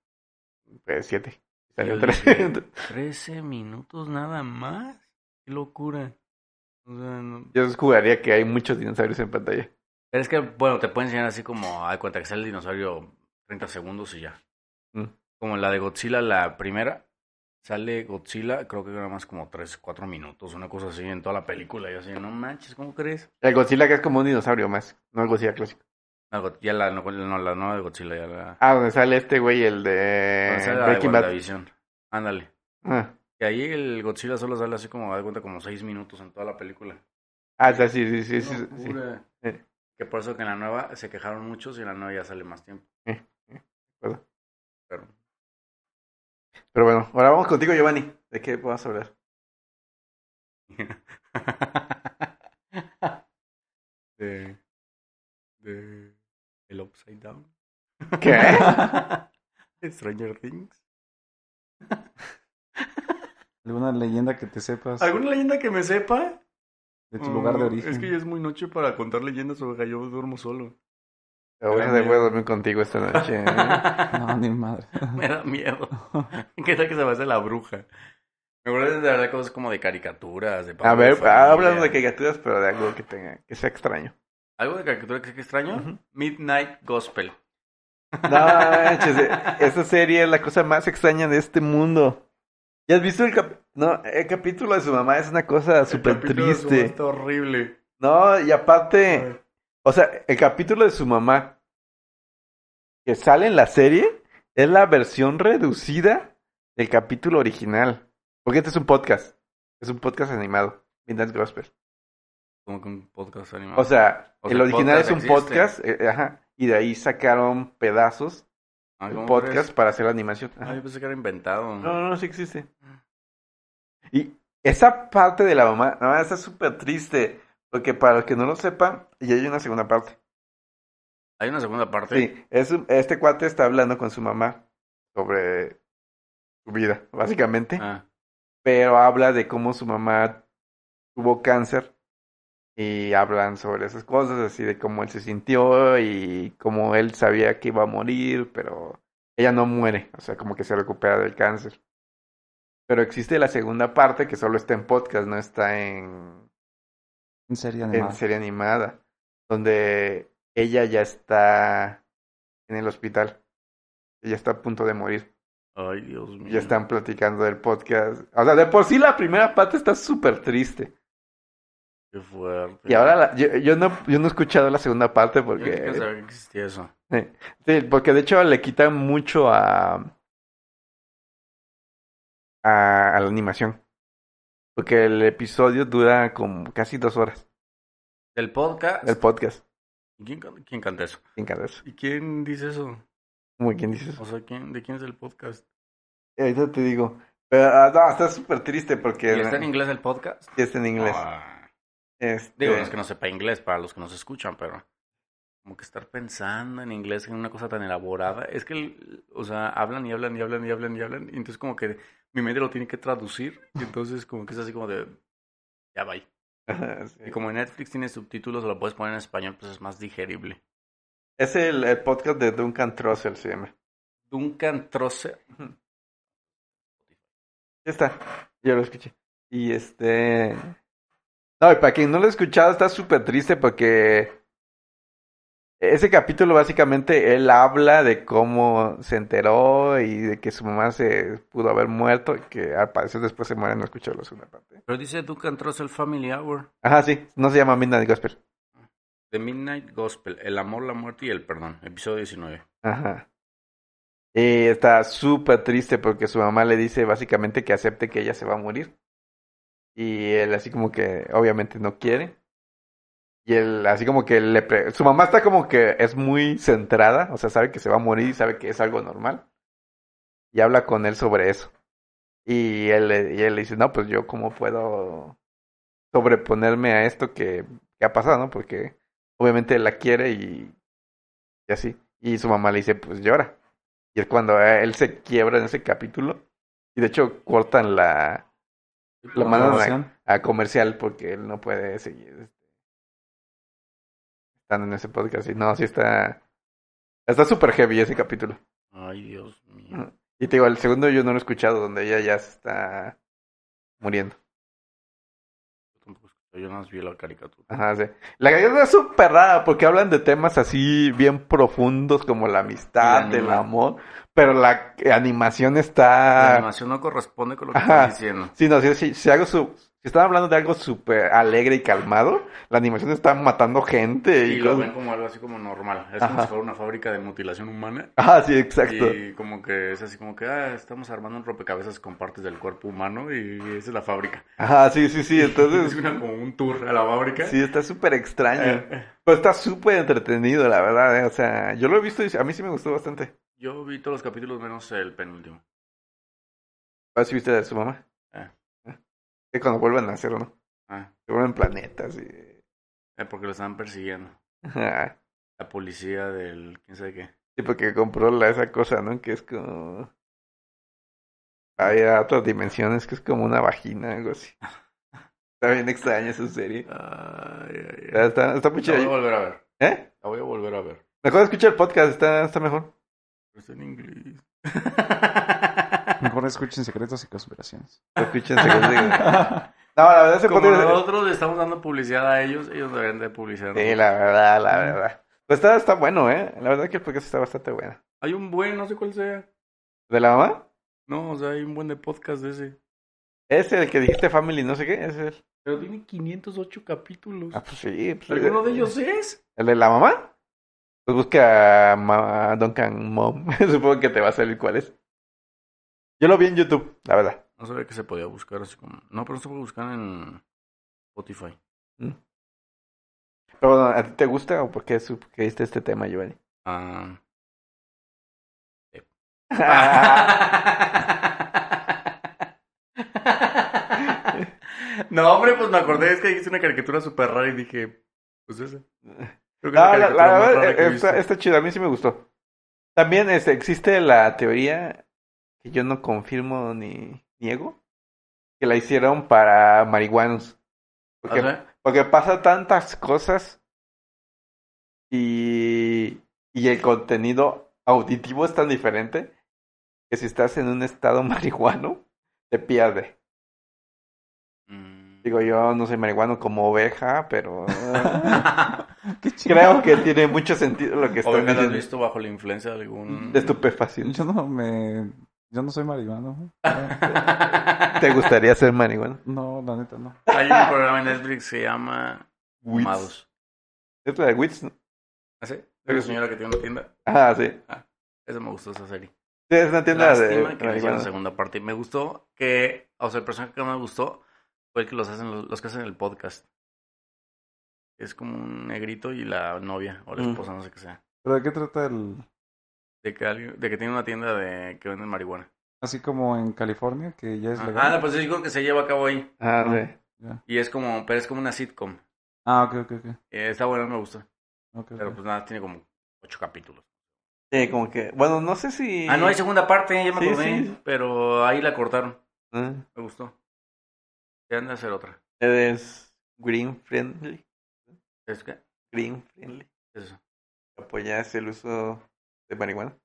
Pues siete. Yo Salió dije, tres. 13 minutos nada más. Qué locura. O sea, no- Yo jugaría que hay muchos dinosaurios en pantalla. Pero es que, bueno, te pueden enseñar así como, ay, cuenta que sale el dinosaurio 30 segundos y ya. Mm. Como la de Godzilla, la primera, sale Godzilla, creo que era más como 3, 4 minutos, una cosa así en toda la película. Y así, no manches, ¿cómo crees? El Godzilla que es como un dinosaurio más, no el Godzilla clásico. La, Go- ya la, no, no, la nueva de Godzilla, ya la... Ah, donde sale este güey, el de Bueno, sale la de Breaking Bad. WandaVision. Ándale. Ah, Y ahí el Godzilla solo sale así como, haz de cuenta, como 6 minutos en toda la película. Ah, sí, sí, sí, sí, Qué sí, sí. locura. Eh. Que por eso que en la nueva se quejaron muchos y en la nueva ya sale más tiempo. Eh, acuerdo. Pero- Pero bueno, ahora vamos contigo, Giovanni. ¿De qué podemos hablar? de, de el Upside Down. ¿Qué? Stranger Things. ¿Alguna leyenda que te sepas ¿Alguna leyenda que me sepa? de tu lugar de Mm, origen? Es que ya es muy noche para contar leyendas sobre yo duermo solo. Te voy a Grande. poder dormir contigo esta noche. ¿eh? No, ni madre. me da miedo. ¿Qué tal que se va a hacer la bruja? Me acuerdo de hablar cosas como de caricaturas, de A padres de ver, familia. háblanos de caricaturas, pero de algo que tenga, que sea extraño. ¿Algo de caricatura que sea extraño? Ujú. Midnight Gospel. No, manches, eh, esa serie es la cosa más extraña de este mundo. ¿Ya has visto el cap- no, el capítulo de su mamá? Es una cosa súper capítulo de su mamá triste. Está horrible. No, y aparte, o sea, el capítulo de su mamá que sale en la serie es la versión reducida del capítulo original. Porque este es un podcast. Es un podcast animado. Midnight Gospel. Como que un podcast animado. O sea, Ah. O sea, el el original es podcast un existe. podcast, eh, ajá, y de ahí sacaron pedazos Ah, del ¿cómo podcast crees? para hacer la animación. Ajá. Ah, yo pensé que era inventado. No, no, no, sí existe. Y esa parte de la mamá, no, esa es súper triste. Porque para los que no lo sepan, y hay una segunda parte. Hay una segunda parte. Sí, es, un- este cuate está hablando con su mamá sobre su vida, básicamente. Ah, Pero habla de cómo su mamá tuvo cáncer. Y hablan sobre esas cosas, así de cómo él se sintió y cómo él sabía que iba a morir, pero ella no muere, o sea, como que se recupera del cáncer. Pero existe la segunda parte que solo está en podcast, no está en, En serie en animada. serie animada, donde ella ya está en el hospital. Ella está a punto de morir. Ay, Dios mío. Ya están platicando del podcast. O sea, de por sí la primera parte está súper triste. Qué fuerte. Y ahora la- yo, yo no, yo no he escuchado la segunda parte Yo ni siquiera porque... sabía que existía eso. Sí, porque de hecho le quitan mucho a... A, a la animación. Porque el episodio dura como casi dos horas. Del podcast. El podcast. ¿Quién, can- quién canta eso? Sin cabeza. ¿Y quién dice eso? Como quien dices. O sea, ¿quién, ¿de quién es el podcast? Ahorita te digo. Pero ah, no, está súper triste porque... ¿Y está en inglés el podcast? Sí, está en inglés. Ah, Este, digo, no es que no sepa inglés para los que nos escuchan, pero. como que estar pensando en inglés en una cosa tan elaborada. Es que, el- o sea, hablan y hablan y hablan y hablan y hablan. Y entonces como que mi mente lo tiene que traducir. Y entonces como que es así como de, ya va. Y como en Netflix tiene subtítulos, lo puedes poner en español, pues es más digerible. Es el, el podcast de Duncan Trussell, se llama. Duncan Troce. Ya está, yo lo escuché. Y este... No, y para quien no lo ha escuchado, está súper triste porque... Ese capítulo básicamente él habla de cómo se enteró y de que su mamá se pudo haber muerto y que al parecer después se muere, no escuché la segunda parte. Pero dice Duncan Troce el Family Hour. Ajá, sí, no se llama Midnight Gospel. The Midnight Gospel. El amor, la muerte y el perdón. Episodio 19. Ajá. Y está súper triste porque su mamá le dice básicamente que acepte que ella se va a morir. Y él así como que obviamente no quiere. Y él así como que le... pre- Su mamá está como que es muy centrada, o sea, sabe que se va a morir y sabe que es algo normal. Y habla con él sobre eso. Y él, le- y él le dice, no, pues yo cómo puedo sobreponerme a esto que, que ha pasado, ¿no? Porque obviamente él la quiere y y así. Y su mamá le dice, pues llora. Y es cuando eh, él se quiebra en ese capítulo. Y de hecho cortan la, la mandan grabación. a, a comercial porque él no puede seguir este, estando en ese podcast. Y no, sí está... Está súper heavy ese capítulo. Ay, Dios mío. Y te digo, el segundo yo no lo he escuchado, donde ella ya se está muriendo. Yo tampoco escuché, yo nada más vi la caricatura. Ajá, sí. La caricatura es súper rara porque hablan de temas así bien profundos como la amistad, El el anime. amor, pero la animación La está... animación no corresponde con lo que Ah. Ajá. estás diciendo. Sí, no, si, si, si algo su, si están hablando de algo súper alegre y calmado, la animación está matando gente y, Y lo cosas- ven como algo así como normal. Es Ajá. como si fuera una fábrica de mutilación humana. Ah, sí, exacto. Y como que es así como que, ah, estamos armando un rompecabezas con partes del cuerpo humano y esa es la fábrica. Ajá, sí, sí, sí, Entonces es entonces... una, como un tour a la fábrica. Sí, está súper extraño. Eh, Pero está súper entretenido, la verdad. eh, O sea, yo lo he visto y a mí sí me gustó bastante. yo vi todos los capítulos menos el penúltimo. A ver si viste la de su mamá. Ah. Que cuando vuelvan a hacer o no. Ah, Se vuelven planetas y... ah, eh, porque lo estaban persiguiendo. Ajá. La policía del quién sabe qué. Sí, porque compró la, esa cosa, ¿no? Que es como... Hay a otras dimensiones que es como una vagina, algo así. Está bien extraña esa serie. Ay, ay, Está, ay. está, está muy La voy a chida. volver a ver. ¿Eh? La voy a volver a ver. Mejor escucha el podcast, está, está mejor. Pero está en inglés. Mejor escuchen secretos y conspiraciones. Lo escuchen segundo. No, la verdad ese Como podcast... nosotros le estamos dando publicidad a ellos, ellos deberían de publicidad. Sí, la verdad, la verdad. Pues está, está bueno, ¿eh? La verdad que el podcast está bastante bueno. Hay un buen, no sé cuál sea. ¿De la mamá? No, o sea, hay un buen de podcast de ese. Es el que dijiste Family, no sé qué, es el... Pero tiene 508 capítulos. Ah, pues sí. pues- ¿Alguno de ellos es? ¿El de la mamá? Pues busca a ma- a Duncan Mom. Supongo que te va a salir cuál es. Yo lo vi en YouTube, la verdad. No sabía que se podía buscar así como... No, pero no se puede buscar en Spotify. Pero bueno, ¿a ti te gusta o por qué sugeriste este tema, Giovanni? Ah. Ah, no, hombre, pues me acordé, es que dijiste una caricatura súper rara y dije, pues esa. Creo que es la Ah, la, caricatura la más verdad, rara que he visto. está, está chido, a mí sí me gustó. También este, existe la teoría que yo no confirmo ni niego, que la hicieron para marihuanos. Porque O sea, Porque pasa tantas cosas y, y el contenido auditivo es tan diferente que si estás en un estado marihuano, te pierde. mm. Digo, yo no soy marihuano como oveja, pero Qué chido. creo que tiene mucho sentido lo que estoy Obviamente has diciendo. visto bajo la influencia de algún... De estupefaciente. Yo no me. Yo no soy marihuano. ¿Te gustaría ser marihuano? No, la neta no. Hay un programa en Netflix que se llama Wits. Fumados. Es la de Wits. ¿no? ¿Ah, sí? De la señora que tiene una tienda. Ah, sí. Sí, Esa me gustó esa serie. Es una tienda de Lástima que no hicieron marihuana. la segunda parte. Me gustó que, o sea, el personaje que más me gustó fue el que los hacen los, los que hacen el podcast. Es como un negrito y la novia o la Mm. esposa, no sé qué sea. ¿Pero de qué trata el. De que, alguien, de que tiene una tienda de que venden marihuana. Así como en California, que ya es Ah, legal. no, pues es algo que se lleva a cabo ahí. Ah, sí. Y es como, pero es como una sitcom. Ah, ok, ok, ok. Eh, está buena, me gusta. Ok, Pero ok. pues nada, tiene como ocho capítulos. Sí, como que. Bueno, no sé si. Ah, no, hay segunda parte, ya me Sí, acordé. sí. Pero ahí la cortaron. Ah, Me gustó. Ya han de hacer otra. Eres green friendly. ¿Es qué? Green friendly. ¿Qué es eso? ¿Apoyas el uso de marihuana?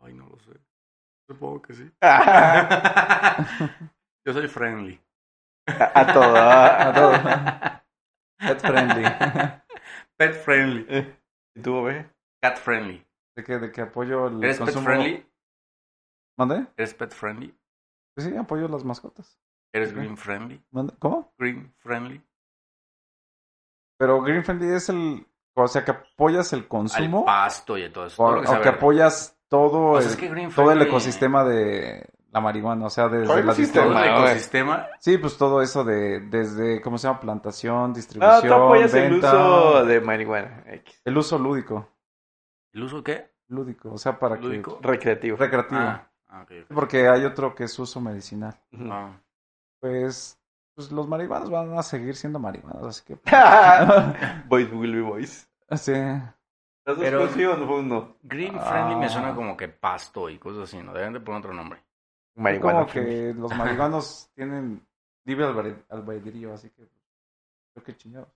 Ay, no lo sé. Supongo que sí. a, Yo soy friendly. a todo. A, a todo. Pet friendly. Pet friendly. Eh, ¿Y tú, Oveja? Cat friendly. De que, de que apoyo el ¿Eres pet consumo. friendly? ¿Mande? ¿Eres pet friendly? Pues sí, apoyo las mascotas. ¿Eres Ujú. green friendly? ¿Mande? ¿Cómo? ¿Green friendly? Pero Green Friendly es el. O sea, que apoyas el Al consumo. pasto y a todo eso. o, todo lo que o sea que verde. apoyas todo Pues el, es que green todo el friendly- ecosistema de la marihuana. O sea, desde ¿Cuál la ecosistema? Todo el distribución. güey. ecosistema. Sí, pues todo eso de. Desde, ¿cómo se llama? Plantación, No, distribución. Ah, tú apoyas el venta, uso de marihuana. X. el uso lúdico. ¿El uso qué? Lúdico. O sea, para ¿Lúdico? que. Recreativo. Recreativo. Ah, ah, ok, ok. Porque hay otro que es uso medicinal. Ujú. Ah. Pues. Pues los marihuanos van a seguir siendo marihuanos, así que. Ah. boys will be boys. sí. ¿Las dos Pero- cosas sí o no fue uno? Green friendly me suena Ah. como que pasto y cosas así. No deben de poner otro nombre. Marihuana. Como que los marihuanos tienen libre albre- albedrío, así que. Creo que chingado.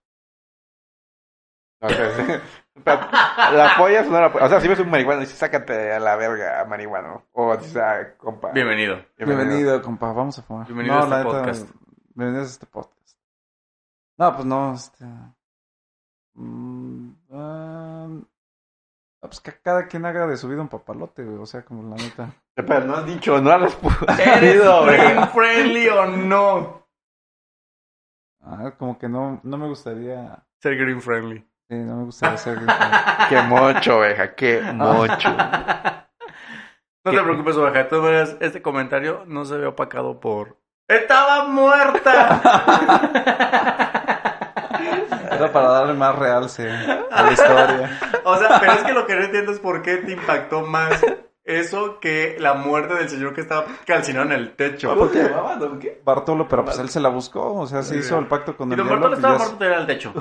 Ok, sí. Pero, ¿La apoyas o no la apoyas? O sea, si ves un marihuano, dices, sácate a la verga, marihuano. O dices, ah, compa. Bienvenido. bienvenido". Bienvenido, compa, vamos a fumar. Bienvenido a este la neta, podcast. bienvenidos a este podcast. No, pues no, este. mm, ah, no, pues que cada quien haga de su vida un papalote, güey, o sea, como la neta. Pero no has dicho, no has ¿Eres respondido, green güey. friendly o no? Ah, como que no, no me gustaría. Ser green friendly. Sí, no me gustaría ser. gringo. Qué mocho, oveja, qué mocho. No te preocupes, oveja. De todas maneras, este comentario no se ve opacado por... ¡Estaba muerta! Era para darle más realce a la historia. o sea, pero es que lo que no entiendo es por qué te impactó más eso que la muerte del señor que estaba calcinado en el techo. ¿Cómo te llamaba, don qué? Bartolo, pero pues él se la buscó, o sea, se hizo el pacto con Y el Don Bartolo diablo. pues ya estaba se- muerto todavía al techo.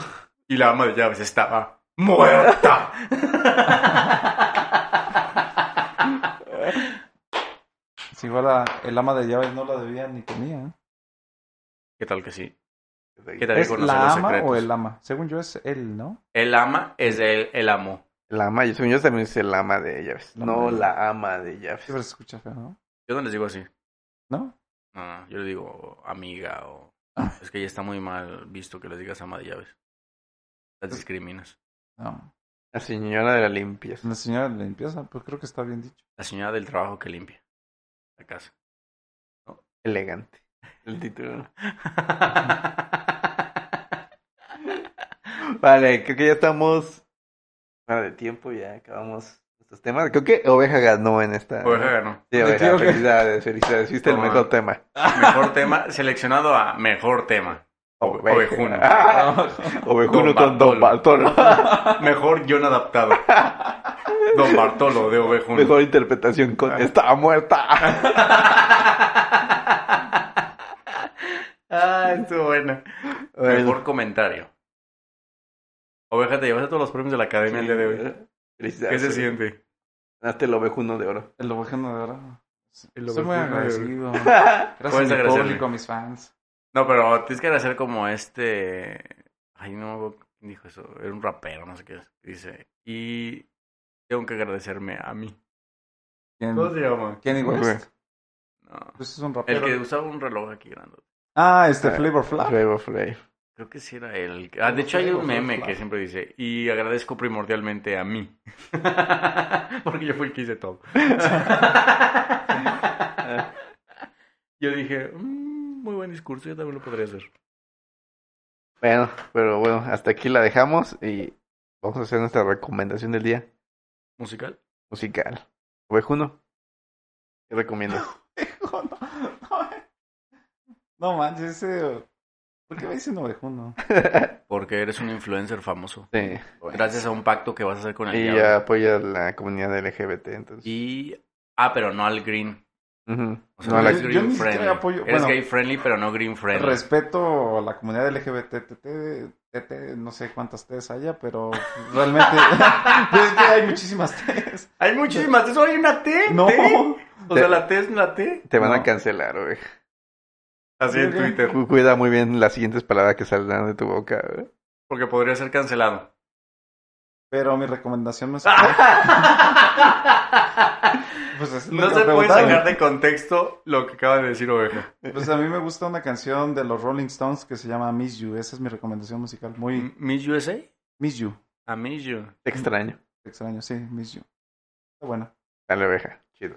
Y la ama de llaves estaba muerta. Si igual a- el ama de llaves no la debía ni tenía. ¿Qué tal que sí? ¿Qué Eh, tal? Debe ¿Es conocer la los ama secretos. o el ama? Según yo es él, ¿no? El ama es el, el amo. La ama, yo, según yo también dice la ama de llaves. La no Mm. ama de- la ama de llaves. Siempre se escucha feo, ¿no? Yo no les digo así. ¿No? No, no, yo le digo amiga o... Es que ya está muy mal visto que les digas ama de llaves. Las discriminas. No. La señora de la limpieza. La señora de la limpieza, pues creo que está bien dicho. La señora del trabajo que limpia la casa. Elegante. El título. Vale, creo que ya estamos fuera de tiempo, ya acabamos estos temas. Creo que Oveja ganó en esta. Oveja ganó. Sí, Oveja, Creo que- felicidades, felicidades. Fuiste el Toma. mejor tema. Mejor tema, seleccionado a mejor tema. Oveja. Ovejuno. Ah, Ovejuno Don con Don Bartolo. Mejor guión adaptado. Don Bartolo de Ovejuno. Mejor interpretación con Estaba muerta. Ah, estuvo buena. Mejor Bueno, comentario. Oveja, te llevas a todos los premios de la academia el día de hoy. Felicidades. ¿Qué se siente? Ganaste el Ovejuno de oro. El ovejuno de oro. El Estoy muy ovejuno de oro. agradecido. Puedes Gracias al agradecerle. público, a mis fans. No, pero tienes que agradecer como este. Ay, no me acuerdo quién dijo eso. Era un rapero, no sé qué es. Dice. Y tengo que agradecerme a mí. ¿Quién, ¿Cómo se llama? Kenny West? West. No. Pues es un El rapero. que usaba un reloj aquí grande. Ah, este Flavor Flav. Flavor Flav. Creo que sí era él. Ah, de hecho hay un meme que siempre dice, y agradezco primordialmente a mí. Porque yo fui el que hice todo. yo dije, "Mm, muy buen discurso, yo también lo podría hacer. Bueno, pero bueno, hasta aquí la dejamos y vamos a hacer nuestra recomendación del día ¿Musical? musical. Ovejuno, ¿qué recomiendas? No, no, no manches, ese. ¿Por qué me dicen ovejuno? Porque eres un influencer famoso. Sí. Gracias a un pacto que vas a hacer con el Y diablo. apoya a la comunidad LGBT, entonces. Y... Ah, pero no al green. Ujú. O sea, No, no, la- eres yo green ni siquiera friendly. apoyo- Eres bueno. gay friendly, pero no green friendly. Respeto a la comunidad LGBT, no sé cuántas T's haya, pero realmente es que hay muchísimas T's. Hay muchísimas. ¿Eso hay una T? No, ¿T? O Te- sea, la T es la T. Te van No. a cancelar, güey. Así en Twitter. Cu- Cuida muy bien las siguientes palabras que saldrán de tu boca, güey. Porque podría ser cancelado. pero mi recomendación más Ah, pues es lo no que se puede preguntaron. sacar de contexto lo que acaba de decir Oveja. Pues a mí me gusta una canción de los Rolling Stones que se llama Miss You, esa es mi recomendación musical, muy Miss USA? Miss You, A Miss You. Te extraño. extraño, sí, Miss You. Está buena. Dale, oveja. Chido.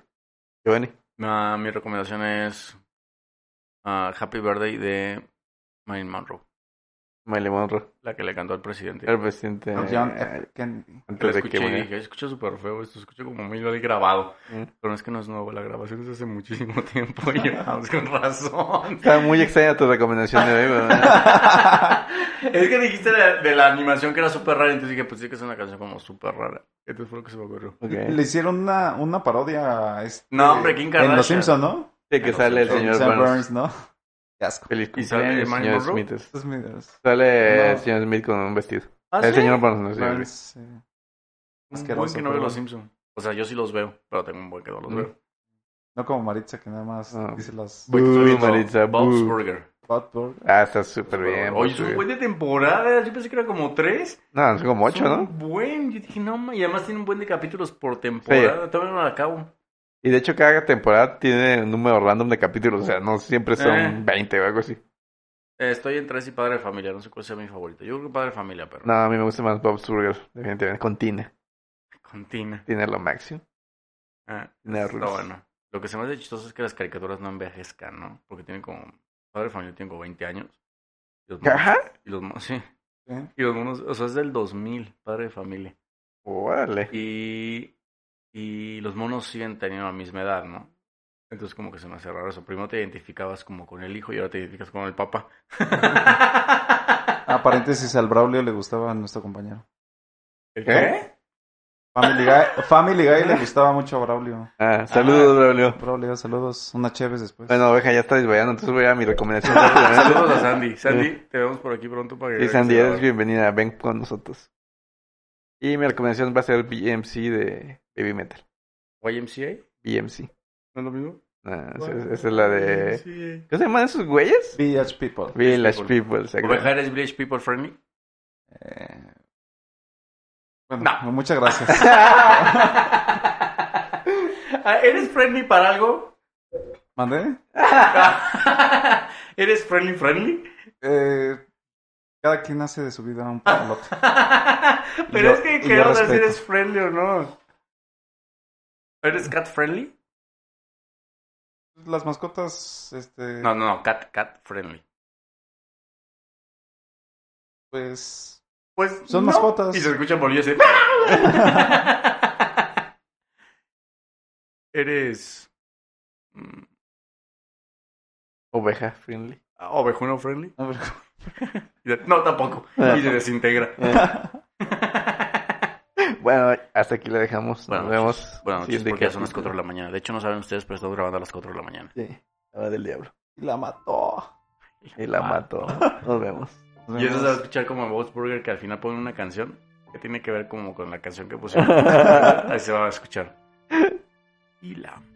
Giovanni. Ah, mi recomendación es ah, Happy Birthday de Marilyn Monroe, Marilyn Monroe. la que le cantó al presidente. El Eh, presidente. John F. Kennedy. Lo Antes de escuché que y muriera. dije, escucha súper feo esto, escucha como mil veces grabado. Mm. Pero es que no es nuevo, la grabación es hace muchísimo tiempo y llevamos con razón. Está muy extraña tu recomendación de hoy, ¿verdad? es que dijiste de, de la animación que era súper rara, entonces dije, pues sí que es una canción como súper rara. Entonces fue lo que se me ocurrió. Eh, Ok. Le hicieron una, una parodia a este, No, hombre, Kim en Kardashian. Los Simpsons, ¿no? Sí, que sale el Sí, señor Sam Burns. Burns, ¿no? Qué asco. Feliz ¿Y sale cumpleaños, Marilyn señor Monroe? Smith. Estos videos. Sale el No. señor Smith con un vestido. ¿Ah, el sí? señor Burns, no señor Burns, Smith. sí. Un buen asqueroso, que no veo pero los bueno. Simpsons. O sea, yo sí los veo, pero tengo un buen que no los Mm. veo. No como Maritza, que nada más Ah. dice las Boo, Estoy Maritza, viendo Bob's boo. Burger. Bad Burger. Ah, uh. está súper bien. Oye, pues, es un güey. buen de temporada. Yo pensé que era como tres. No, son como ocho, Es ¿no? un buen. Yo dije, no, ma- y además tiene un buen de capítulos por temporada. Todavía no la acabo. Y de hecho cada temporada tiene un número random de capítulos, o sea, no siempre son Eh. 20 o algo así. Eh, Estoy en tres y Padre de Familia. No sé cuál sea mi favorito. Yo creo que Padre de Familia, pero. No, a mí me gusta más Bob's Burgers, definitivamente, con Tina. Con Tina. Tina es lo máximo. Ah, Tina está rules. bueno. Lo que se me hace chistoso es que las caricaturas no envejezcan, ¿no? Porque tienen como. Padre de Familia tiene como 20 años. Y los monos- Ajá. Y los monos, sí. ¿eh? Y los monos. O sea, es del 2000, Padre de Familia. Órale. Y, y los monos siguen teniendo la misma edad, ¿no? Entonces como que se me hace raro eso. Primero te identificabas como con el hijo y ahora te identificas con el papá. Ah, paréntesis, al Braulio le gustaba a nuestro compañero. ¿Qué? Family Guy, Family Guy le gustaba mucho a Braulio. Ah, saludos, Braulio. Braulio, saludos. Una chévez después. Bueno, oveja, ya está desvariando, entonces voy a mi recomendación rápidamente. Saludos a Sandy. Sandy, te vemos por aquí pronto para que... Sí, Sandy, eres bienvenida, ven con nosotros. Y mi recomendación va a ser BMC de Baby Metal. YMCA, BMC. ¿no es lo mismo? Ah, esa, es- esa es la eh, de... YMCA. ¿Qué se llaman esos güeyes? Village People. Village People. People, exacto. ¿Oveja eres Village People Friendly? Eh, Bueno, No. muchas gracias. Ah, ¿Eres friendly para algo? ¿Mandé? ¿Eres friendly friendly? Eh, cada quien hace de su vida un papalote. Pero Yo- es que y yo queremos saber si respeto. eres friendly o no. ¿Eres cat friendly? Las mascotas, este, No, no, no, cat, cat friendly. pues, Pues. Son no. mascotas. Y se escucha por ellos. ¿Eres. mm, Oveja friendly. ovejuno friendly? a ver, Y de- No, tampoco. Eh. Y se desintegra. Bueno, hasta aquí la dejamos. Buenas Nos vemos. Bueno, noches, Siguiente porque ya son las capítulo. 4 de la mañana. De hecho, no saben ustedes, pero estamos grabando a las 4 de la mañana. Sí, la va del diablo. la mató. Y Ah. la mató. Nos vemos. Nos Y eso se va a vemos. escuchar como en Bob's Burger que al final ponen una canción que tiene que ver como con la canción que pusieron. Ahí se va a escuchar. Y la